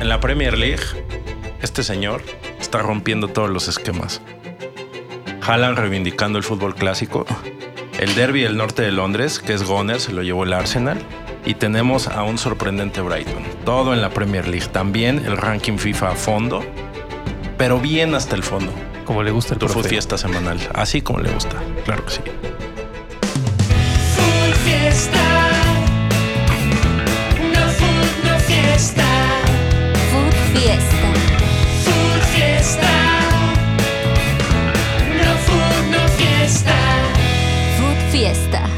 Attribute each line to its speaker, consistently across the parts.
Speaker 1: en la Premier League, este señor está rompiendo todos los esquemas. Haaland reivindicando el fútbol clásico, el derby del norte de Londres, que es Goner, se lo llevó el Arsenal, y tenemos a un sorprendente Brighton. Todo en la Premier League. También el ranking FIFA a fondo, pero bien hasta el fondo.
Speaker 2: Como le gusta el
Speaker 1: Tu fut
Speaker 2: profe.
Speaker 1: fiesta semanal, así como le gusta. Claro que sí.
Speaker 3: Full fiesta. No full, no fiesta.
Speaker 4: Food Fiesta.
Speaker 3: Full fiesta. No full, no fiesta.
Speaker 4: Food Fiesta.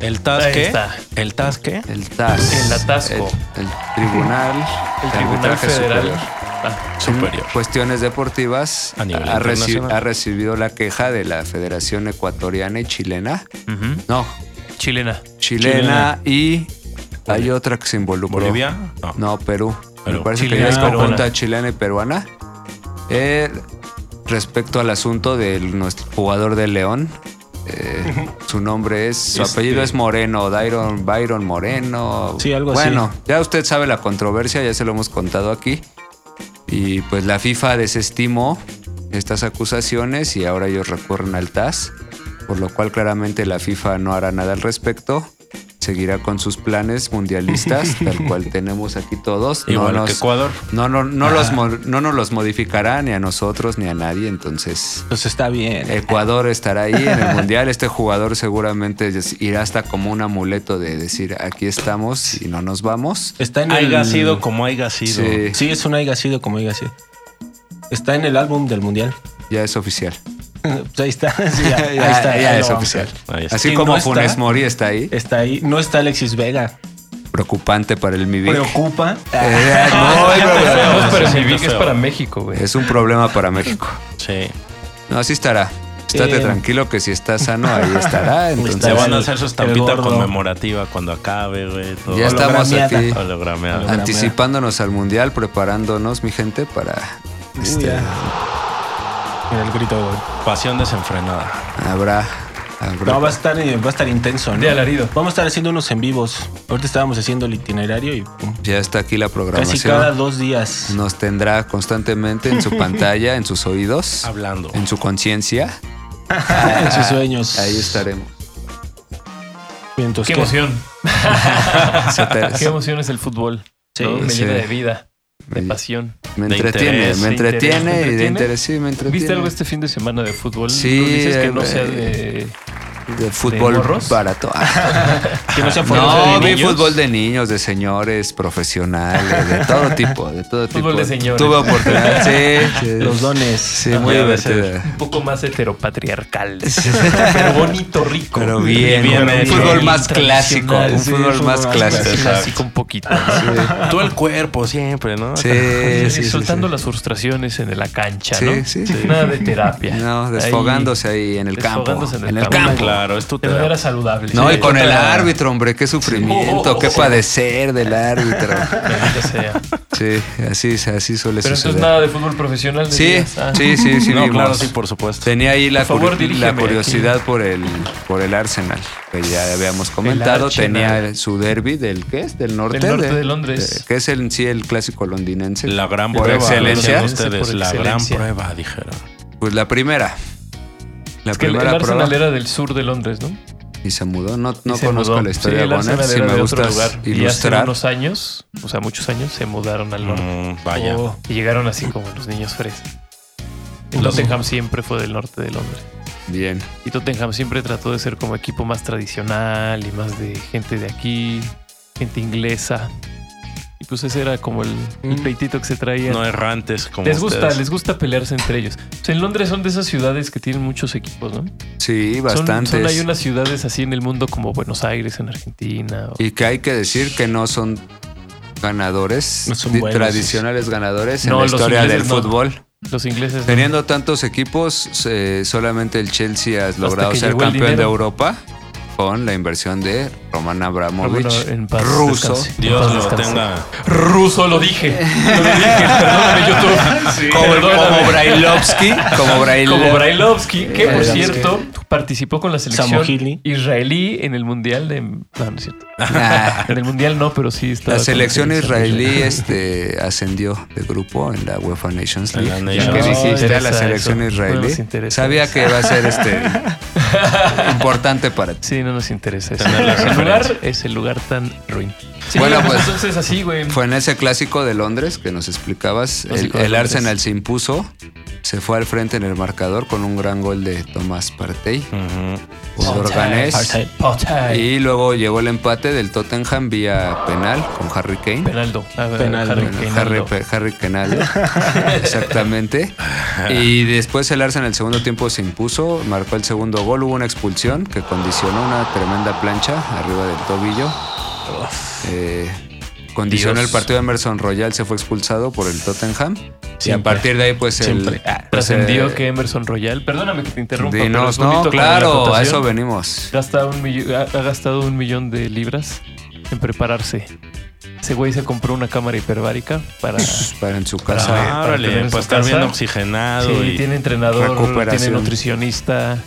Speaker 1: El tasque.
Speaker 2: está.
Speaker 1: El tasque.
Speaker 5: El TAS.
Speaker 2: El atasco.
Speaker 5: El, el Tribunal.
Speaker 2: El
Speaker 5: de
Speaker 2: Tribunal
Speaker 5: Arbitraje
Speaker 2: Federal.
Speaker 5: Superior.
Speaker 2: Ah,
Speaker 1: Superior.
Speaker 5: En cuestiones deportivas
Speaker 1: A nivel
Speaker 5: ha, reci-
Speaker 1: internacional.
Speaker 5: ha recibido la queja de la Federación Ecuatoriana y Chilena.
Speaker 2: ujú.
Speaker 5: No,
Speaker 2: Chilena.
Speaker 5: chilena, y hay otra que se involucró.
Speaker 1: Bolivia. No.
Speaker 5: No, Perú.
Speaker 1: Perú.
Speaker 5: Me parece
Speaker 2: Chilena
Speaker 5: que ya es
Speaker 2: y peruana.
Speaker 5: conjunta chilena y peruana. Eh, respecto al asunto del nuestro jugador de León, eh, su nombre es, su
Speaker 1: Este-
Speaker 5: apellido es Moreno, Dairon, Byron Moreno.
Speaker 1: Sí, algo así.
Speaker 5: bueno, ya usted sabe la controversia, ya se lo hemos contado aquí. Y pues la FIFA desestimó estas acusaciones y ahora ellos recurren al TAS, por lo cual claramente la FIFA no hará nada al respecto. Seguirá con sus planes mundialistas, tal cual tenemos aquí todos.
Speaker 1: Igual
Speaker 5: no
Speaker 1: que
Speaker 5: nos,
Speaker 1: Ecuador.
Speaker 5: no, no, no los,
Speaker 6: Ah.
Speaker 5: mo- no nos los modificará ni a nosotros ni a nadie. Entonces,
Speaker 6: Pues está bien.
Speaker 5: Ecuador estará ahí en el mundial. Este jugador seguramente es- irá hasta como un amuleto de decir aquí estamos y no nos vamos.
Speaker 6: Está en el...
Speaker 1: Haiga sido como haiga sido.
Speaker 5: Sí,
Speaker 6: Sí, es un haiga sido como haiga sido. Está en el álbum del mundial.
Speaker 5: ya es oficial.
Speaker 6: Pues ahí está. sí, ya, ahí
Speaker 5: Ya-
Speaker 6: está.
Speaker 5: ya
Speaker 6: ahí lo
Speaker 5: es
Speaker 6: vamos a
Speaker 5: oficial.
Speaker 6: ver.
Speaker 1: Ahí está.
Speaker 5: Así
Speaker 6: ¿Quién
Speaker 5: como
Speaker 6: no está?
Speaker 5: Funes Mori está ahí,
Speaker 6: Está ahí. No está Alexis Vega.
Speaker 5: preocupante para el Mivic.
Speaker 6: Preocupa.
Speaker 5: Eh,
Speaker 1: Ah,
Speaker 5: muy preocupante.
Speaker 1: feo,
Speaker 2: pero
Speaker 1: se
Speaker 2: mi
Speaker 1: siente
Speaker 2: Vic es
Speaker 1: feo.
Speaker 2: para México, güey.
Speaker 5: Es un problema para México.
Speaker 1: Sí.
Speaker 5: No, así estará. Estate
Speaker 6: Sí.
Speaker 5: tranquilo que si está sano, ahí estará.
Speaker 1: Le
Speaker 5: Entonces,
Speaker 1: van a hacer su estampita
Speaker 6: el gordo.
Speaker 1: conmemorativa cuando acabe, güey. todo.
Speaker 5: ya Ah. estamos
Speaker 6: Hologrameada.
Speaker 5: aquí.
Speaker 1: Hologrameado.
Speaker 6: Hologrameada.
Speaker 5: Anticipándonos al mundial, preparándonos, mi gente, para
Speaker 6: Uy,
Speaker 5: este,
Speaker 6: ya. Mira el grito. güey.
Speaker 1: Pasión desenfrenada.
Speaker 5: habrá, habrá-
Speaker 6: No, va a estar, eh, va a estar intenso, ¿no?
Speaker 2: De alarido.
Speaker 6: Vamos a estar haciendo unos en vivos. Ahorita estábamos haciendo el itinerario y pum,
Speaker 5: ya está aquí la
Speaker 6: casi
Speaker 5: programación.
Speaker 6: cada dos días.
Speaker 5: Nos tendrá constantemente en su pantalla, en sus oídos,
Speaker 1: Hablando.
Speaker 5: en su conciencia.
Speaker 6: en sus sueños.
Speaker 5: Ahí estaremos.
Speaker 6: Entonces,
Speaker 2: Qué
Speaker 6: ¿qué?
Speaker 2: emoción.
Speaker 5: Se te-
Speaker 2: Qué emoción es el fútbol.
Speaker 6: Sí.
Speaker 2: ¿no? Me
Speaker 5: Sí.
Speaker 2: llena de vida, de
Speaker 5: me,
Speaker 2: pasión.
Speaker 5: me
Speaker 1: De
Speaker 5: entretiene,
Speaker 1: interés,
Speaker 5: me
Speaker 2: de interés.
Speaker 5: entretiene
Speaker 2: ¿Te
Speaker 5: y de
Speaker 2: entretiene?
Speaker 5: interés. Sí, me entretiene.
Speaker 2: ¿Viste algo este fin de semana de fútbol?
Speaker 5: Sí,
Speaker 2: Tú dices que
Speaker 5: eh,
Speaker 2: no sea
Speaker 5: eh,
Speaker 2: de.
Speaker 5: de fútbol
Speaker 2: morros?
Speaker 5: barato. Ah,
Speaker 6: Que no sea
Speaker 5: No,
Speaker 6: fútbol de
Speaker 5: vi
Speaker 6: niños.
Speaker 5: fútbol de niños, de señores, profesionales, de todo tipo, de todo tipo.
Speaker 2: Fútbol de señores.
Speaker 5: Tuve oportunidad, sí, sí.
Speaker 6: Los dones.
Speaker 5: Sí, muy
Speaker 1: Ya debe ser.
Speaker 5: divertida.
Speaker 2: Un poco más heteropatriarcal. pero bonito, rico.
Speaker 5: Pero bien,
Speaker 1: Bien
Speaker 5: un
Speaker 1: hecho.
Speaker 5: fútbol
Speaker 1: Bien
Speaker 5: más clásico, un
Speaker 6: sí,
Speaker 5: fútbol más clásico.
Speaker 2: Clásico un poquito.
Speaker 1: Todo el cuerpo siempre, ¿no?
Speaker 5: Sí, sí, sí,
Speaker 2: Soltando
Speaker 5: sí.
Speaker 2: las frustraciones en la cancha,
Speaker 5: Sí,
Speaker 2: ¿no?
Speaker 5: sí, sí.
Speaker 2: Nada de terapia.
Speaker 5: No, desfogándose ahí en el campo.
Speaker 2: Desfogándose
Speaker 5: En el campo.
Speaker 1: Claro, es tu
Speaker 2: De manera
Speaker 1: terapia.
Speaker 2: saludable.
Speaker 5: No,
Speaker 2: Sí,
Speaker 5: y con el
Speaker 2: otra-
Speaker 5: árbitro, hombre, qué sufrimiento, qué padecer del árbitro.
Speaker 2: Maldita sea.
Speaker 5: Sí, así, así suele
Speaker 2: Pero entonces
Speaker 5: suceder.
Speaker 2: nada de fútbol profesional.
Speaker 5: Sí,
Speaker 2: decías. Ah.
Speaker 5: sí, sí, sí.
Speaker 1: No,
Speaker 5: vimos.
Speaker 1: claro, sí, por supuesto.
Speaker 5: Tenía ahí la,
Speaker 2: favor,
Speaker 5: curi-
Speaker 2: dirígeme
Speaker 5: la curiosidad por el por el Arsenal, que ya habíamos comentado. Tenía
Speaker 2: Arsenal.
Speaker 5: su derby del ¿qué es? Del norte.
Speaker 2: Del norte de Londres.
Speaker 5: que es en sí el clásico londinense.
Speaker 1: La gran
Speaker 5: por
Speaker 1: prueba.
Speaker 5: excelencia.
Speaker 1: decían Ustedes,
Speaker 2: Por
Speaker 1: la gran
Speaker 2: excelencia.
Speaker 1: prueba, dijeron.
Speaker 5: Pues la primera. La
Speaker 2: Es que el, el
Speaker 5: primera
Speaker 2: Arsenal
Speaker 5: prueba.
Speaker 2: era del sur de Londres, ¿no?
Speaker 5: Y se mudó. No,
Speaker 2: Y
Speaker 5: no
Speaker 2: se
Speaker 5: conozco
Speaker 2: mudó.
Speaker 5: la
Speaker 2: Sí,
Speaker 5: historia de
Speaker 2: el
Speaker 5: Bonner.
Speaker 2: Arsenal
Speaker 5: Si
Speaker 2: era
Speaker 5: me
Speaker 2: de otro
Speaker 5: gustas
Speaker 2: lugar. Y hace
Speaker 5: ilustrar.
Speaker 2: unos años, o sea, muchos años, se mudaron al norte.
Speaker 1: Mm, vaya.
Speaker 2: Oh, y llegaron así como los niños fresas. Y Tottenham siempre fue del norte de Londres.
Speaker 5: Bien.
Speaker 2: Y Tottenham siempre trató de ser como equipo más tradicional y más de gente de aquí, gente inglesa. Y pues ese era como el, el
Speaker 6: Mm.
Speaker 2: pleitito que se traía.
Speaker 1: No errantes como
Speaker 2: les gusta,
Speaker 1: ustedes.
Speaker 2: les gusta pelearse entre ellos. Pues en Londres son de esas ciudades que tienen muchos equipos, ¿no?
Speaker 5: Sí,
Speaker 2: Son-
Speaker 5: bastantes.
Speaker 2: Son, hay unas ciudades así en el mundo como Buenos Aires, en Argentina. o-
Speaker 5: Y que hay que decir que no son ganadores,
Speaker 6: No son
Speaker 5: di-
Speaker 6: buenos.
Speaker 5: tradicionales ganadores
Speaker 2: No,
Speaker 5: en la
Speaker 2: los
Speaker 5: historia
Speaker 2: ingleses
Speaker 5: del
Speaker 2: no.
Speaker 5: fútbol.
Speaker 2: Los ingleses. ¿no?
Speaker 5: Teniendo tantos equipos, eh, solamente el Chelsea ha logrado
Speaker 2: que
Speaker 5: ser
Speaker 2: llegó el
Speaker 5: campeón de
Speaker 2: dinero.
Speaker 5: Europa con la inversión de Roman
Speaker 2: Pero
Speaker 5: Abramovich,
Speaker 2: bueno, en paz
Speaker 5: ruso.
Speaker 2: descanse. En
Speaker 1: Dios
Speaker 2: paz
Speaker 1: lo
Speaker 2: descanse.
Speaker 1: tenga.
Speaker 2: Ruso, lo dije. Lo dije, perdóname, YouTube.
Speaker 5: Como,
Speaker 2: Perdóname.
Speaker 5: como Brailovsky, como Brail-
Speaker 2: Como Brailovsky, que por
Speaker 5: Brailovsky.
Speaker 2: cierto, participó con la
Speaker 1: Samo
Speaker 2: selección
Speaker 1: Gili.
Speaker 2: israelí en el mundial de. No, no es cierto.
Speaker 5: Nah,
Speaker 2: En el mundial no, pero sí estaba.
Speaker 5: la
Speaker 2: con
Speaker 5: selección israelí
Speaker 2: israelí.
Speaker 5: este, ascendió de grupo en la UEFA Nations
Speaker 1: En la
Speaker 5: League.
Speaker 1: Nations
Speaker 5: ¿Qué
Speaker 1: League.
Speaker 5: dijiste?
Speaker 2: No nos
Speaker 5: la
Speaker 2: interesa
Speaker 5: selección
Speaker 2: eso. No nos
Speaker 5: israelí.
Speaker 2: interesa
Speaker 5: Sabía
Speaker 2: eso.
Speaker 5: que iba a ser este, importante para ti.
Speaker 2: Sí, no nos interesa eso.
Speaker 1: Tener la
Speaker 2: El
Speaker 1: referencia.
Speaker 2: lugar es el lugar tan ruin. Sí,
Speaker 5: Bueno, pues,
Speaker 2: Entonces, así, güey.
Speaker 5: Fue en ese clásico de Londres que nos explicabas.
Speaker 2: Em,
Speaker 5: El,
Speaker 2: Clásico de
Speaker 5: el
Speaker 2: Londres.
Speaker 5: Arsenal se impuso, se fue al frente en el marcador con un gran gol de Tomás Partey,
Speaker 1: Ujú.
Speaker 5: jugador ganés.
Speaker 2: Potter.
Speaker 5: Y luego llegó el empate del Tottenham vía penal con Harry Kane.
Speaker 2: Penaldo. Ah,
Speaker 6: Penaldo.
Speaker 2: Harry
Speaker 5: Bueno,
Speaker 2: Kane,
Speaker 5: Harry,
Speaker 2: Aldo.
Speaker 5: Harry Canal. Exactamente. Y después el Arsenal en el segundo tiempo se impuso, marcó el segundo gol, hubo una expulsión que condicionó una tremenda plancha arriba del tobillo. Eh, condicionó
Speaker 1: Dios.
Speaker 5: el partido de Emerson Royal, se fue expulsado por el Tottenham. Y a
Speaker 6: Siempre.
Speaker 5: partir de ahí, pues el-
Speaker 6: Siempre.
Speaker 5: pues,
Speaker 2: Ah, Trascendió
Speaker 5: eh,
Speaker 2: que Emerson Royal. Perdóname que te interrumpa. pero
Speaker 5: Dinos,
Speaker 2: es bonito
Speaker 5: no,
Speaker 2: como la
Speaker 5: claro, a
Speaker 2: acotación.
Speaker 5: eso venimos.
Speaker 2: Gasta un millo- ha, ha gastado un millón de libras en prepararse. Ese güey se compró una cámara hiperbárica para. Sí,
Speaker 5: Para en su
Speaker 2: Para-
Speaker 5: casa.
Speaker 1: Ah,
Speaker 2: tener en
Speaker 1: Órale,
Speaker 2: su
Speaker 1: para estar bien
Speaker 2: casa.
Speaker 1: oxigenado y
Speaker 2: tiene entrenador, tiene
Speaker 5: recuperación.
Speaker 2: nutricionista,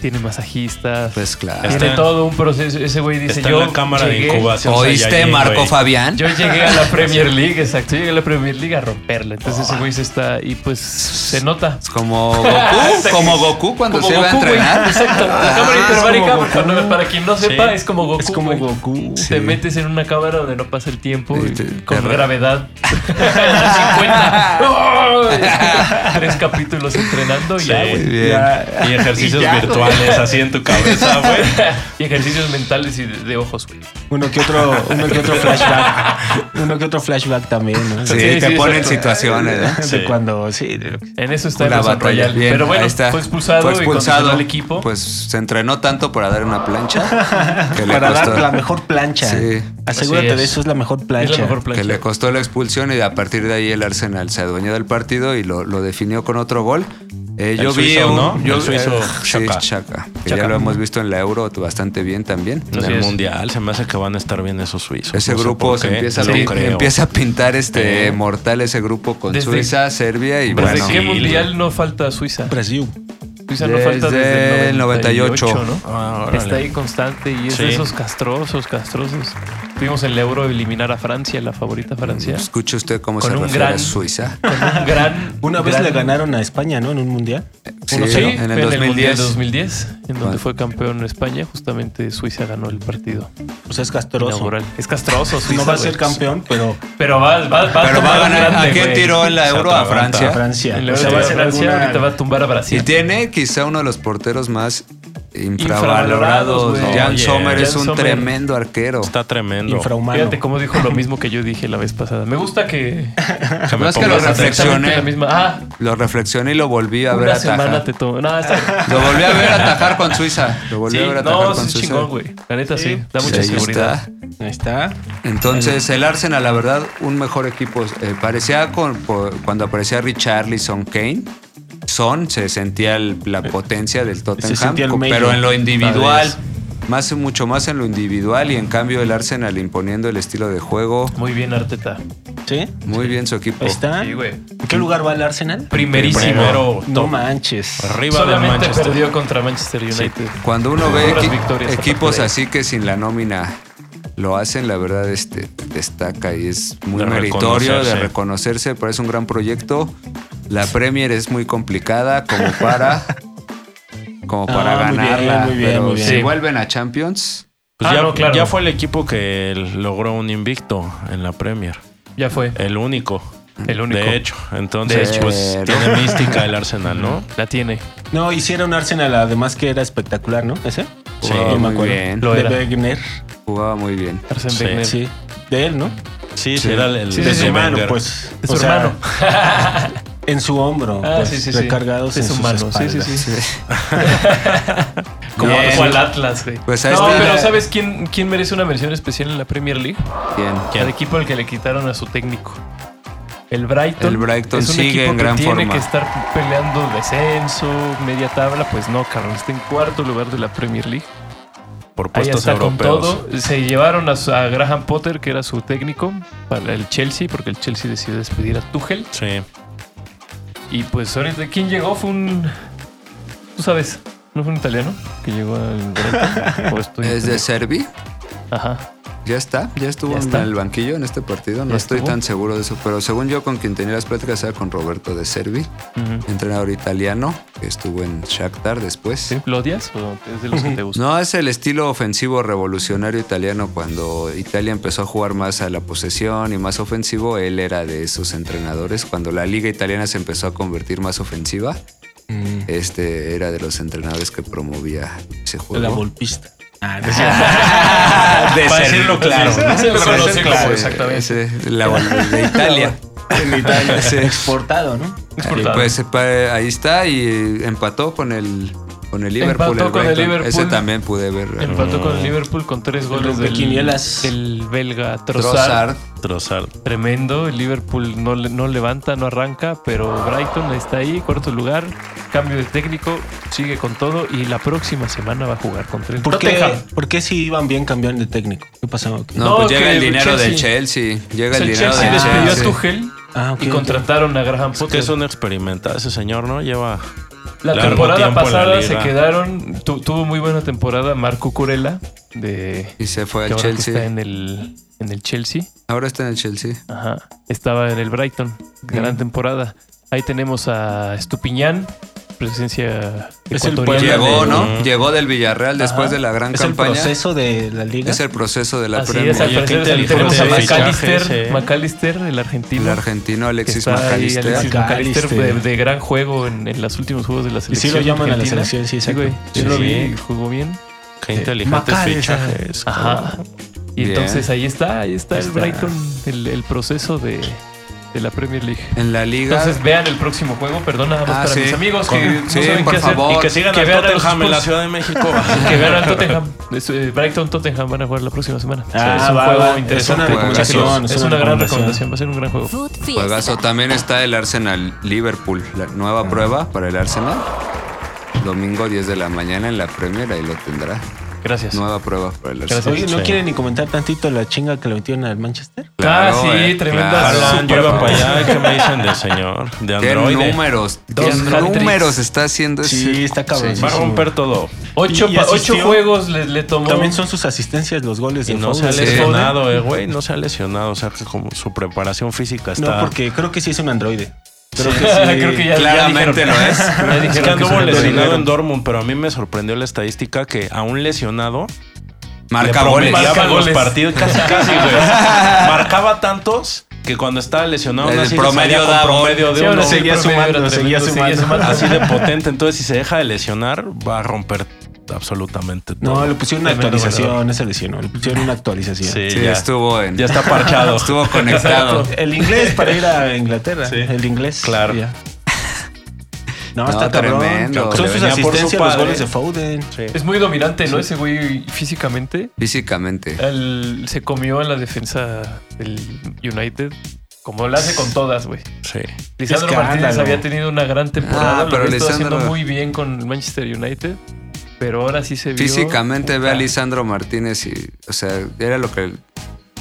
Speaker 2: tiene masajista.
Speaker 5: Pues claro.
Speaker 2: tiene
Speaker 1: Está-
Speaker 2: todo un proceso. Ese güey dice:
Speaker 1: está
Speaker 2: Yo.
Speaker 1: en la cámara
Speaker 2: llegué-
Speaker 1: de incubación.
Speaker 5: ¿Oíste,
Speaker 1: Saiyajin,
Speaker 5: Marco
Speaker 1: güey.
Speaker 5: Fabián?
Speaker 2: Yo llegué a la Premier League, exacto. Yo llegué a la Premier League a romperla. Entonces
Speaker 5: Oh,
Speaker 2: ese güey se está. Y pues se nota.
Speaker 5: Es como Goku, como Goku cuando
Speaker 2: Como
Speaker 5: se iba a
Speaker 2: Goku, güey.
Speaker 5: entrenar.
Speaker 2: Exacto. La
Speaker 5: Ah,
Speaker 2: cámara
Speaker 5: es
Speaker 2: hiperbárica,
Speaker 5: como Goku.
Speaker 2: para- para, quien no sepa,
Speaker 1: Sí.
Speaker 2: es como Goku.
Speaker 6: Es como
Speaker 2: güey.
Speaker 6: Goku.
Speaker 2: Te
Speaker 5: Sí.
Speaker 2: metes en una cámara donde no pasa el tiempo
Speaker 5: Sí,
Speaker 2: y
Speaker 5: te-
Speaker 2: con
Speaker 5: te-
Speaker 2: gravedad. 50. Tres capítulos entrenando y
Speaker 1: Sí.
Speaker 2: ya, güey.
Speaker 5: Muy bien.
Speaker 1: Y ejercicios
Speaker 5: Y ya, güey.
Speaker 1: virtuales así en tu cabeza, güey.
Speaker 2: Y ejercicios mentales y de, de ojos, güey.
Speaker 6: Uno que otro, uno que otro flashback. Uno que otro flashback también, ¿no?
Speaker 5: Sí,
Speaker 2: Sí,
Speaker 5: te
Speaker 2: sí,
Speaker 5: ponen
Speaker 2: exacto.
Speaker 5: situaciones. ¿eh?
Speaker 1: Sí.
Speaker 6: De cuando, sí, de lo que-
Speaker 2: En eso está
Speaker 5: Una
Speaker 2: el Royal.
Speaker 5: batalla. Bien,
Speaker 2: Pero bueno,
Speaker 5: ahí está.
Speaker 2: fue expulsado,
Speaker 5: Fue
Speaker 2: y
Speaker 5: expulsado.
Speaker 2: condicionó al equipo.
Speaker 5: Pues se entrenó tanto para dar una plancha que le
Speaker 6: para
Speaker 5: costó,
Speaker 6: dar la mejor plancha.
Speaker 5: Sí.
Speaker 6: Asegúrate
Speaker 2: Así es.
Speaker 6: de eso, es la mejor plancha.
Speaker 2: es la mejor
Speaker 5: que
Speaker 2: plancha.
Speaker 5: le costó la expulsión y a partir de ahí el Arsenal se adueñó del partido y lo, lo definió con otro gol. Eh,
Speaker 1: El
Speaker 5: yo vi
Speaker 1: suizo,
Speaker 5: un,
Speaker 1: ¿no?
Speaker 5: yo eh,
Speaker 1: El suizo,
Speaker 5: sí,
Speaker 1: Xhaka.
Speaker 5: Xhaka, que ya lo hemos visto en la Euro bastante bien también.
Speaker 1: En
Speaker 2: Así
Speaker 1: el
Speaker 2: es.
Speaker 1: mundial se me hace que van a estar bien esos suizos.
Speaker 5: Ese
Speaker 1: No sé
Speaker 5: grupo
Speaker 1: por
Speaker 5: se
Speaker 1: qué,
Speaker 5: empieza, a
Speaker 1: no
Speaker 5: pin-
Speaker 1: creo.
Speaker 5: empieza a pintar este
Speaker 1: Eh.
Speaker 5: mortal ese grupo con
Speaker 2: Desde-
Speaker 5: Suiza, Serbia
Speaker 2: ¿Desde
Speaker 5: y bueno.
Speaker 2: Pues, qué
Speaker 1: Sí,
Speaker 2: mundial no falta Suiza?
Speaker 6: Brasil.
Speaker 2: Suiza no
Speaker 5: Desde
Speaker 2: falta desde el
Speaker 5: el
Speaker 2: 98,
Speaker 5: 98,
Speaker 2: ¿no?
Speaker 1: Ah, órale.
Speaker 2: Está ahí constante y es
Speaker 1: Sí.
Speaker 2: de esos castrosos, castrosos. Vimos el euro eliminar a Francia, la favorita Francia.
Speaker 5: Escuche usted cómo
Speaker 2: Con
Speaker 5: se
Speaker 2: un
Speaker 5: refiere a
Speaker 2: gran-
Speaker 5: Suiza.
Speaker 2: Con un gran.
Speaker 6: Una vez
Speaker 2: gran-
Speaker 6: le ganaron a España, ¿no? En un mundial.
Speaker 5: Sí,
Speaker 2: Sí,
Speaker 5: en el 2010.
Speaker 2: 2010, en donde
Speaker 5: Bueno.
Speaker 2: fue campeón en España, justamente Suiza ganó el partido
Speaker 6: O sea, es castroso.
Speaker 2: inaugural. Es castroso, Suiza.
Speaker 6: No va a
Speaker 2: güey.
Speaker 6: ser campeón, pero
Speaker 2: Pero va, va, va
Speaker 5: Pero va a
Speaker 2: tomar un
Speaker 5: ganar. ¿A
Speaker 2: grande,
Speaker 5: quién
Speaker 2: güey.
Speaker 5: tiró en la
Speaker 1: Se
Speaker 5: Euro? A
Speaker 1: atraganta.
Speaker 5: Francia.
Speaker 6: a Francia.
Speaker 2: En la
Speaker 6: O sea,
Speaker 2: Euro
Speaker 6: va a
Speaker 2: de
Speaker 6: ser
Speaker 2: Francia,
Speaker 6: alguna-
Speaker 2: ahorita va a tumbar a
Speaker 5: Y
Speaker 2: Brasil.
Speaker 5: tiene quizá uno de los porteros más
Speaker 2: Infravalorados,
Speaker 5: infravalorados.
Speaker 2: güey.
Speaker 5: Jan
Speaker 1: Oye,
Speaker 5: Sommer es
Speaker 2: Jan
Speaker 5: un
Speaker 2: Sommer.
Speaker 5: tremendo arquero.
Speaker 1: Está tremendo.
Speaker 6: infrahumano.
Speaker 2: Fíjate cómo dijo lo mismo que yo dije la vez pasada. Me gusta que
Speaker 1: Que me
Speaker 5: No es
Speaker 1: pongas
Speaker 5: que lo
Speaker 1: a pensar.
Speaker 5: reflexione.
Speaker 2: exactamente la misma. Ah,
Speaker 5: Lo reflexioné y lo volví a ver
Speaker 2: una semana
Speaker 5: atajar.
Speaker 2: te tomo. No, está-
Speaker 5: Lo volví a ver atajar con Suiza. Lo volví
Speaker 2: Sí,
Speaker 5: a ver atajar
Speaker 2: no, sí
Speaker 5: con
Speaker 2: es
Speaker 5: Suiza.
Speaker 2: chingón, güey. La neta sí, da
Speaker 5: Sí,
Speaker 2: mucha
Speaker 5: ahí
Speaker 2: seguridad.
Speaker 5: está.
Speaker 6: Ahí está.
Speaker 5: Entonces, el Arsenal, la verdad, un mejor equipo. Eh, parecía con- por- cuando aparecía Richarlison Kane. Son, se sentía el- la potencia del Tottenham,
Speaker 6: Eh, sentía el
Speaker 5: co-
Speaker 6: mello,
Speaker 5: pero en lo individual,
Speaker 2: vez.
Speaker 5: más mucho más en lo individual y en cambio el Arsenal imponiendo el estilo de juego.
Speaker 2: Muy bien, Arteta.
Speaker 6: ¿Sí? Ahí
Speaker 5: Muy bien su equipo.
Speaker 6: está.
Speaker 2: Oh, Sí, güey.
Speaker 6: ¿En qué lugar va el Arsenal?
Speaker 2: Primerísimo.
Speaker 1: Primero,
Speaker 6: No
Speaker 1: top.
Speaker 6: manches.
Speaker 1: Arriba del
Speaker 2: Solamente
Speaker 1: Manchester.
Speaker 2: perdió contra Manchester United.
Speaker 5: Cuando uno ve
Speaker 2: Puras
Speaker 5: equi-
Speaker 2: victorias a
Speaker 5: equipos
Speaker 2: partir de ahí.
Speaker 5: así que sin la nómina lo hacen, la verdad este destaca y es muy
Speaker 1: De
Speaker 5: meritorio de
Speaker 1: reconocerse.
Speaker 5: reconocerse, pero es un gran proyecto. La Premier es muy complicada como para como
Speaker 6: Ah,
Speaker 5: para
Speaker 6: muy bien,
Speaker 5: ganarla,
Speaker 6: muy bien,
Speaker 5: pero
Speaker 6: muy bien.
Speaker 5: si vuelven a Champions,
Speaker 1: Pues
Speaker 2: Ah,
Speaker 1: ya,
Speaker 2: no, claro.
Speaker 1: ya fue el equipo que logró un invicto en la Premier.
Speaker 2: Ya fue.
Speaker 1: El único.
Speaker 2: El único.
Speaker 1: De hecho. Entonces,
Speaker 5: De
Speaker 1: pues
Speaker 5: hecho.
Speaker 1: tiene mística el Arsenal, ¿no?
Speaker 2: La tiene.
Speaker 6: No, hicieron Arsenal, además que era espectacular, ¿no? ¿Ese?
Speaker 1: Sí,
Speaker 5: jugaba
Speaker 6: yo me
Speaker 5: muy
Speaker 6: acuerdo.
Speaker 5: bien,
Speaker 2: Lo
Speaker 6: de
Speaker 2: era.
Speaker 6: Wegener.
Speaker 5: jugaba muy bien.
Speaker 2: Arsène
Speaker 1: Sí.
Speaker 2: Wenger.
Speaker 6: Sí. De él, ¿no?
Speaker 1: Sí, sí, era el, el
Speaker 2: Sí,
Speaker 1: de
Speaker 2: sí, sí.
Speaker 1: Wenger.
Speaker 6: Mano, pues.
Speaker 2: De su
Speaker 6: o sea,
Speaker 2: hermano.
Speaker 6: En su hombro.
Speaker 2: Ah,
Speaker 6: pues,
Speaker 2: sí, sí, sí.
Speaker 6: Recargados
Speaker 2: De
Speaker 6: en
Speaker 2: su
Speaker 6: sus
Speaker 2: mano, sí, sí,
Speaker 6: espaldas.
Speaker 2: sí. Como
Speaker 5: Como
Speaker 2: como
Speaker 5: Bien.
Speaker 2: al Atlas, güey.
Speaker 5: Pues ahí
Speaker 2: no,
Speaker 5: está.
Speaker 2: pero ¿sabes quién, quién merece una mención especial en la Premier League?
Speaker 5: Bien.
Speaker 1: ¿Quién?
Speaker 2: El equipo al que le quitaron a su técnico. El Brighton.
Speaker 5: El Brighton
Speaker 2: es un
Speaker 5: sigue
Speaker 2: equipo
Speaker 5: en gran
Speaker 2: que tiene
Speaker 5: forma.
Speaker 2: que estar peleando descenso, media tabla. Pues no, cabrón. Está en cuarto lugar de la Premier League.
Speaker 1: Por
Speaker 2: Ahí
Speaker 1: puestos
Speaker 2: está con
Speaker 1: europeos.
Speaker 2: todo. Se llevaron a, su- a Graham Potter, que era su técnico, para el Chelsea, porque el Chelsea decidió despedir a Tuchel.
Speaker 1: Sí.
Speaker 2: Y pues ahorita, ¿quién llegó? Fue un. Tú sabes. ¿No fue un italiano que llegó al Brenta? ¿O estoy
Speaker 5: Es de
Speaker 2: entendiendo?
Speaker 5: Servi.
Speaker 2: Ajá.
Speaker 5: Ya está, ya estuvo
Speaker 2: Ya
Speaker 5: en
Speaker 2: está.
Speaker 5: el banquillo en este partido. No
Speaker 2: Ya
Speaker 5: estoy
Speaker 2: estuvo.
Speaker 5: tan seguro de eso, pero según yo, con quien tenía las pláticas era con Roberto de Servi,
Speaker 2: Ujú.
Speaker 5: entrenador italiano que estuvo en Shakhtar después.
Speaker 2: ¿Sí? ¿Lo odias o es de los que te gusta?
Speaker 5: No, es el estilo ofensivo revolucionario italiano. Cuando Italia empezó a jugar más a la posesión y más ofensivo, él era de esos entrenadores. Cuando la liga italiana se empezó a convertir más ofensiva,
Speaker 6: Mm,
Speaker 5: este era de los entrenadores que promovía ese juego.
Speaker 6: La golpista. Ah,
Speaker 7: De
Speaker 1: Para decirlo claro, ¿no?
Speaker 7: Sí,
Speaker 2: Para
Speaker 7: para
Speaker 2: decirlo
Speaker 7: ser
Speaker 2: claro,
Speaker 7: claro.
Speaker 2: exactamente.
Speaker 5: Ese, la vol- de Italia. En Italia, sí.
Speaker 6: Exportado, ¿no?
Speaker 2: Exportado.
Speaker 5: Pues pa- ahí está y empató con el con el Liverpool.
Speaker 2: Empató con el
Speaker 5: Brighton.
Speaker 2: Liverpool.
Speaker 5: Ese también pude ver.
Speaker 2: Empató con el Liverpool con tres goles del,
Speaker 6: rompequinielas.
Speaker 2: del belga Trossard.
Speaker 5: Trossard.
Speaker 1: Trozar.
Speaker 2: Tremendo. El Liverpool no, le- no levanta, no arranca, pero Brighton está ahí, cuarto lugar. Cambio de técnico, sigue con todo y la próxima semana va a jugar contra el
Speaker 6: ¿Por qué,
Speaker 2: Tottenham.
Speaker 6: por qué si iban bien cambiaron de técnico? ¿Qué pasó? ¿Qué-
Speaker 5: No,
Speaker 2: No,
Speaker 5: pues llega
Speaker 2: que
Speaker 5: el dinero
Speaker 2: Chelsea.
Speaker 5: del Chelsea. Llega
Speaker 2: O sea,
Speaker 5: el
Speaker 2: el
Speaker 5: dinero
Speaker 2: Chelsea
Speaker 5: del
Speaker 2: despidió a
Speaker 5: Chelsea.
Speaker 2: Tuchel
Speaker 6: Ah, ok,
Speaker 2: y
Speaker 6: ok.
Speaker 2: contrataron a Graham Potter.
Speaker 1: Que es un experimentado ese señor, ¿no? Lleva
Speaker 2: La
Speaker 1: Largo
Speaker 2: temporada
Speaker 1: tiempo en la
Speaker 2: pasada se
Speaker 1: liga.
Speaker 2: quedaron, tu- tuvo muy buena temporada Marco Curela de
Speaker 5: Y se
Speaker 2: que
Speaker 5: fue al
Speaker 2: ahora que está
Speaker 5: Chelsea.
Speaker 2: en el en el Chelsea.
Speaker 5: Ahora está en el Chelsea.
Speaker 2: Ajá. Estaba en el Brighton. Gran temporada. Ahí tenemos a Estupiñán, presencia
Speaker 6: Es el
Speaker 2: ecuatoriana.
Speaker 6: Puebla
Speaker 5: Llegó,
Speaker 6: de-
Speaker 5: ¿no? Llegó del Villarreal después
Speaker 2: Ajá.
Speaker 5: de la gran
Speaker 6: ¿Es el
Speaker 5: campaña.
Speaker 6: proceso de la liga?
Speaker 5: Es el proceso de la
Speaker 2: Así
Speaker 5: Premier.
Speaker 2: es, al
Speaker 1: Oye, qué
Speaker 2: parecer es el-
Speaker 1: inteligente
Speaker 2: tenemos a
Speaker 1: fichaje
Speaker 2: McAllister,
Speaker 1: ese, ¿eh?
Speaker 2: McAllister, el argentino.
Speaker 5: El argentino
Speaker 2: que
Speaker 5: Alexis
Speaker 2: está ahí,
Speaker 5: Macalister.
Speaker 2: Alexis
Speaker 6: McAllister.
Speaker 2: McAllister, de, de gran juego en, en los últimos juegos de la
Speaker 6: Y sí
Speaker 2: selección.
Speaker 6: lo llaman a la
Speaker 2: argentina.
Speaker 6: selección, sí,
Speaker 2: Sí,
Speaker 6: exacto.
Speaker 2: güey. Yo
Speaker 1: Sí.
Speaker 2: lo vi, Eh, jugó bien.
Speaker 1: Qué inteligentes
Speaker 6: Macares,
Speaker 1: fichajes.
Speaker 2: Ajá. Y
Speaker 5: Bien.
Speaker 2: entonces ahí está, ahí está,
Speaker 6: Ahí
Speaker 2: el
Speaker 6: está.
Speaker 2: Brighton, el, el proceso de, de la Premier League.
Speaker 5: En la liga.
Speaker 2: Entonces vean el próximo juego, perdón, nada más
Speaker 5: Ah,
Speaker 2: para
Speaker 5: sí.
Speaker 2: mis amigos
Speaker 5: Con-
Speaker 2: que no
Speaker 5: sí,
Speaker 2: saben
Speaker 5: por
Speaker 2: qué hacer.
Speaker 5: favor.
Speaker 1: Y que sigan
Speaker 2: Que
Speaker 1: al
Speaker 2: vean a los
Speaker 1: Tottenham en
Speaker 2: Spurs.
Speaker 6: pues,
Speaker 1: la Ciudad de México.
Speaker 2: Que vean al Tottenham. Es, eh, Brighton Tottenham van a jugar la próxima semana.
Speaker 6: Ah,
Speaker 2: es un
Speaker 6: va,
Speaker 2: juego
Speaker 6: va.
Speaker 2: interesante.
Speaker 6: Es una
Speaker 5: recomendación,
Speaker 2: Es,
Speaker 6: es
Speaker 2: una
Speaker 6: una
Speaker 2: gran recomendación.
Speaker 6: recomendación.
Speaker 2: Va a ser un gran juego.
Speaker 4: Food Fiesta.
Speaker 5: Juegazo. También está el Arsenal Liverpool. La nueva
Speaker 2: Ah.
Speaker 5: prueba para el Arsenal. Domingo 10 de la mañana en la Premier. Ahí lo tendrá.
Speaker 2: Gracias.
Speaker 5: Nueva prueba para el Arsenal.
Speaker 2: Gracias.
Speaker 6: Oye, ¿no
Speaker 1: Sí.
Speaker 6: quieren ni comentar tantito la chinga que le metieron al Manchester?
Speaker 5: Claro,
Speaker 2: ah, sí,
Speaker 5: eh,
Speaker 2: tremenda.
Speaker 5: claro.
Speaker 1: Alan, yo
Speaker 2: super-
Speaker 1: iba para allá. ¿Qué me dicen de señor? De
Speaker 5: ¿Qué
Speaker 1: androide.
Speaker 5: números? ¿Qué
Speaker 6: Dos hat-tricks.
Speaker 5: números está haciendo ese?
Speaker 6: Sí, está cabrón.
Speaker 1: Va a romper todo.
Speaker 2: Ocho,
Speaker 6: Y
Speaker 2: pa-
Speaker 6: asistió.
Speaker 2: ocho juegos le, le tomó.
Speaker 6: También son sus asistencias los goles
Speaker 1: Y
Speaker 6: de
Speaker 1: no se ha
Speaker 6: Foden.
Speaker 5: Sí.
Speaker 1: lesionado, eh, güey. No se ha lesionado. O sea, que como su preparación física está.
Speaker 6: No, porque creo que sí es un androide. Creo que sí.
Speaker 2: Creo que ya- ya
Speaker 5: Claramente
Speaker 2: dijeron.
Speaker 5: lo es.
Speaker 2: Ya dijeron
Speaker 1: Es que
Speaker 2: que
Speaker 1: anduvo
Speaker 2: son
Speaker 1: lesionado
Speaker 2: androides.
Speaker 1: en Dortmund, pero a mí me sorprendió la estadística que a un lesionado
Speaker 5: Marca
Speaker 1: le
Speaker 5: goles.
Speaker 1: promediaba
Speaker 2: Marca
Speaker 1: los
Speaker 2: goles.
Speaker 1: partidos casi, casi, güey. Marcaba tantos que cuando estaba lesionado,
Speaker 5: El
Speaker 1: aún así le
Speaker 5: promedio
Speaker 1: salía con
Speaker 5: da gol.
Speaker 1: promedio de
Speaker 2: Sí,
Speaker 1: uno.
Speaker 2: ahora sí,
Speaker 6: seguía
Speaker 2: el promedio
Speaker 6: sumando,
Speaker 2: era
Speaker 6: seguía
Speaker 2: tremendo,
Speaker 6: sumando.
Speaker 1: así de potente. Entonces, si se deja de lesionar, va a romper absolutamente todo.
Speaker 6: No, le pusieron una
Speaker 1: Tremendo
Speaker 6: actualización, ese lesionó. Le pusieron una actualización.
Speaker 1: Sí,
Speaker 5: Sí,
Speaker 1: ya,
Speaker 5: estuvo en.
Speaker 1: ya está parchado.
Speaker 5: Estuvo conectado.
Speaker 6: El inglés para ir a Inglaterra.
Speaker 1: Sí.
Speaker 6: El inglés.
Speaker 1: Claro.
Speaker 6: Ya. No,
Speaker 5: No,
Speaker 6: está cabrón.
Speaker 5: tremendo.
Speaker 1: Creo que
Speaker 6: Son
Speaker 1: le
Speaker 6: sus
Speaker 1: venía por su
Speaker 6: asistencias los
Speaker 1: padre.
Speaker 6: goles de Foden.
Speaker 1: Sí.
Speaker 2: Es muy dominante, ¿no? Ese güey físicamente.
Speaker 5: Físicamente.
Speaker 2: Él se comió en la defensa del United, como lo hace con todas, güey.
Speaker 1: Sí.
Speaker 2: Lisandro
Speaker 6: Escándalo.
Speaker 2: Martínez había tenido una gran temporada,
Speaker 5: Ah,
Speaker 2: lo
Speaker 5: pero
Speaker 2: había estado
Speaker 5: Lisandro-
Speaker 2: haciendo muy bien con el Manchester United, pero ahora sí se vio.
Speaker 5: Físicamente ve a
Speaker 2: Puta.
Speaker 5: Lisandro Martínez y, o sea, era lo que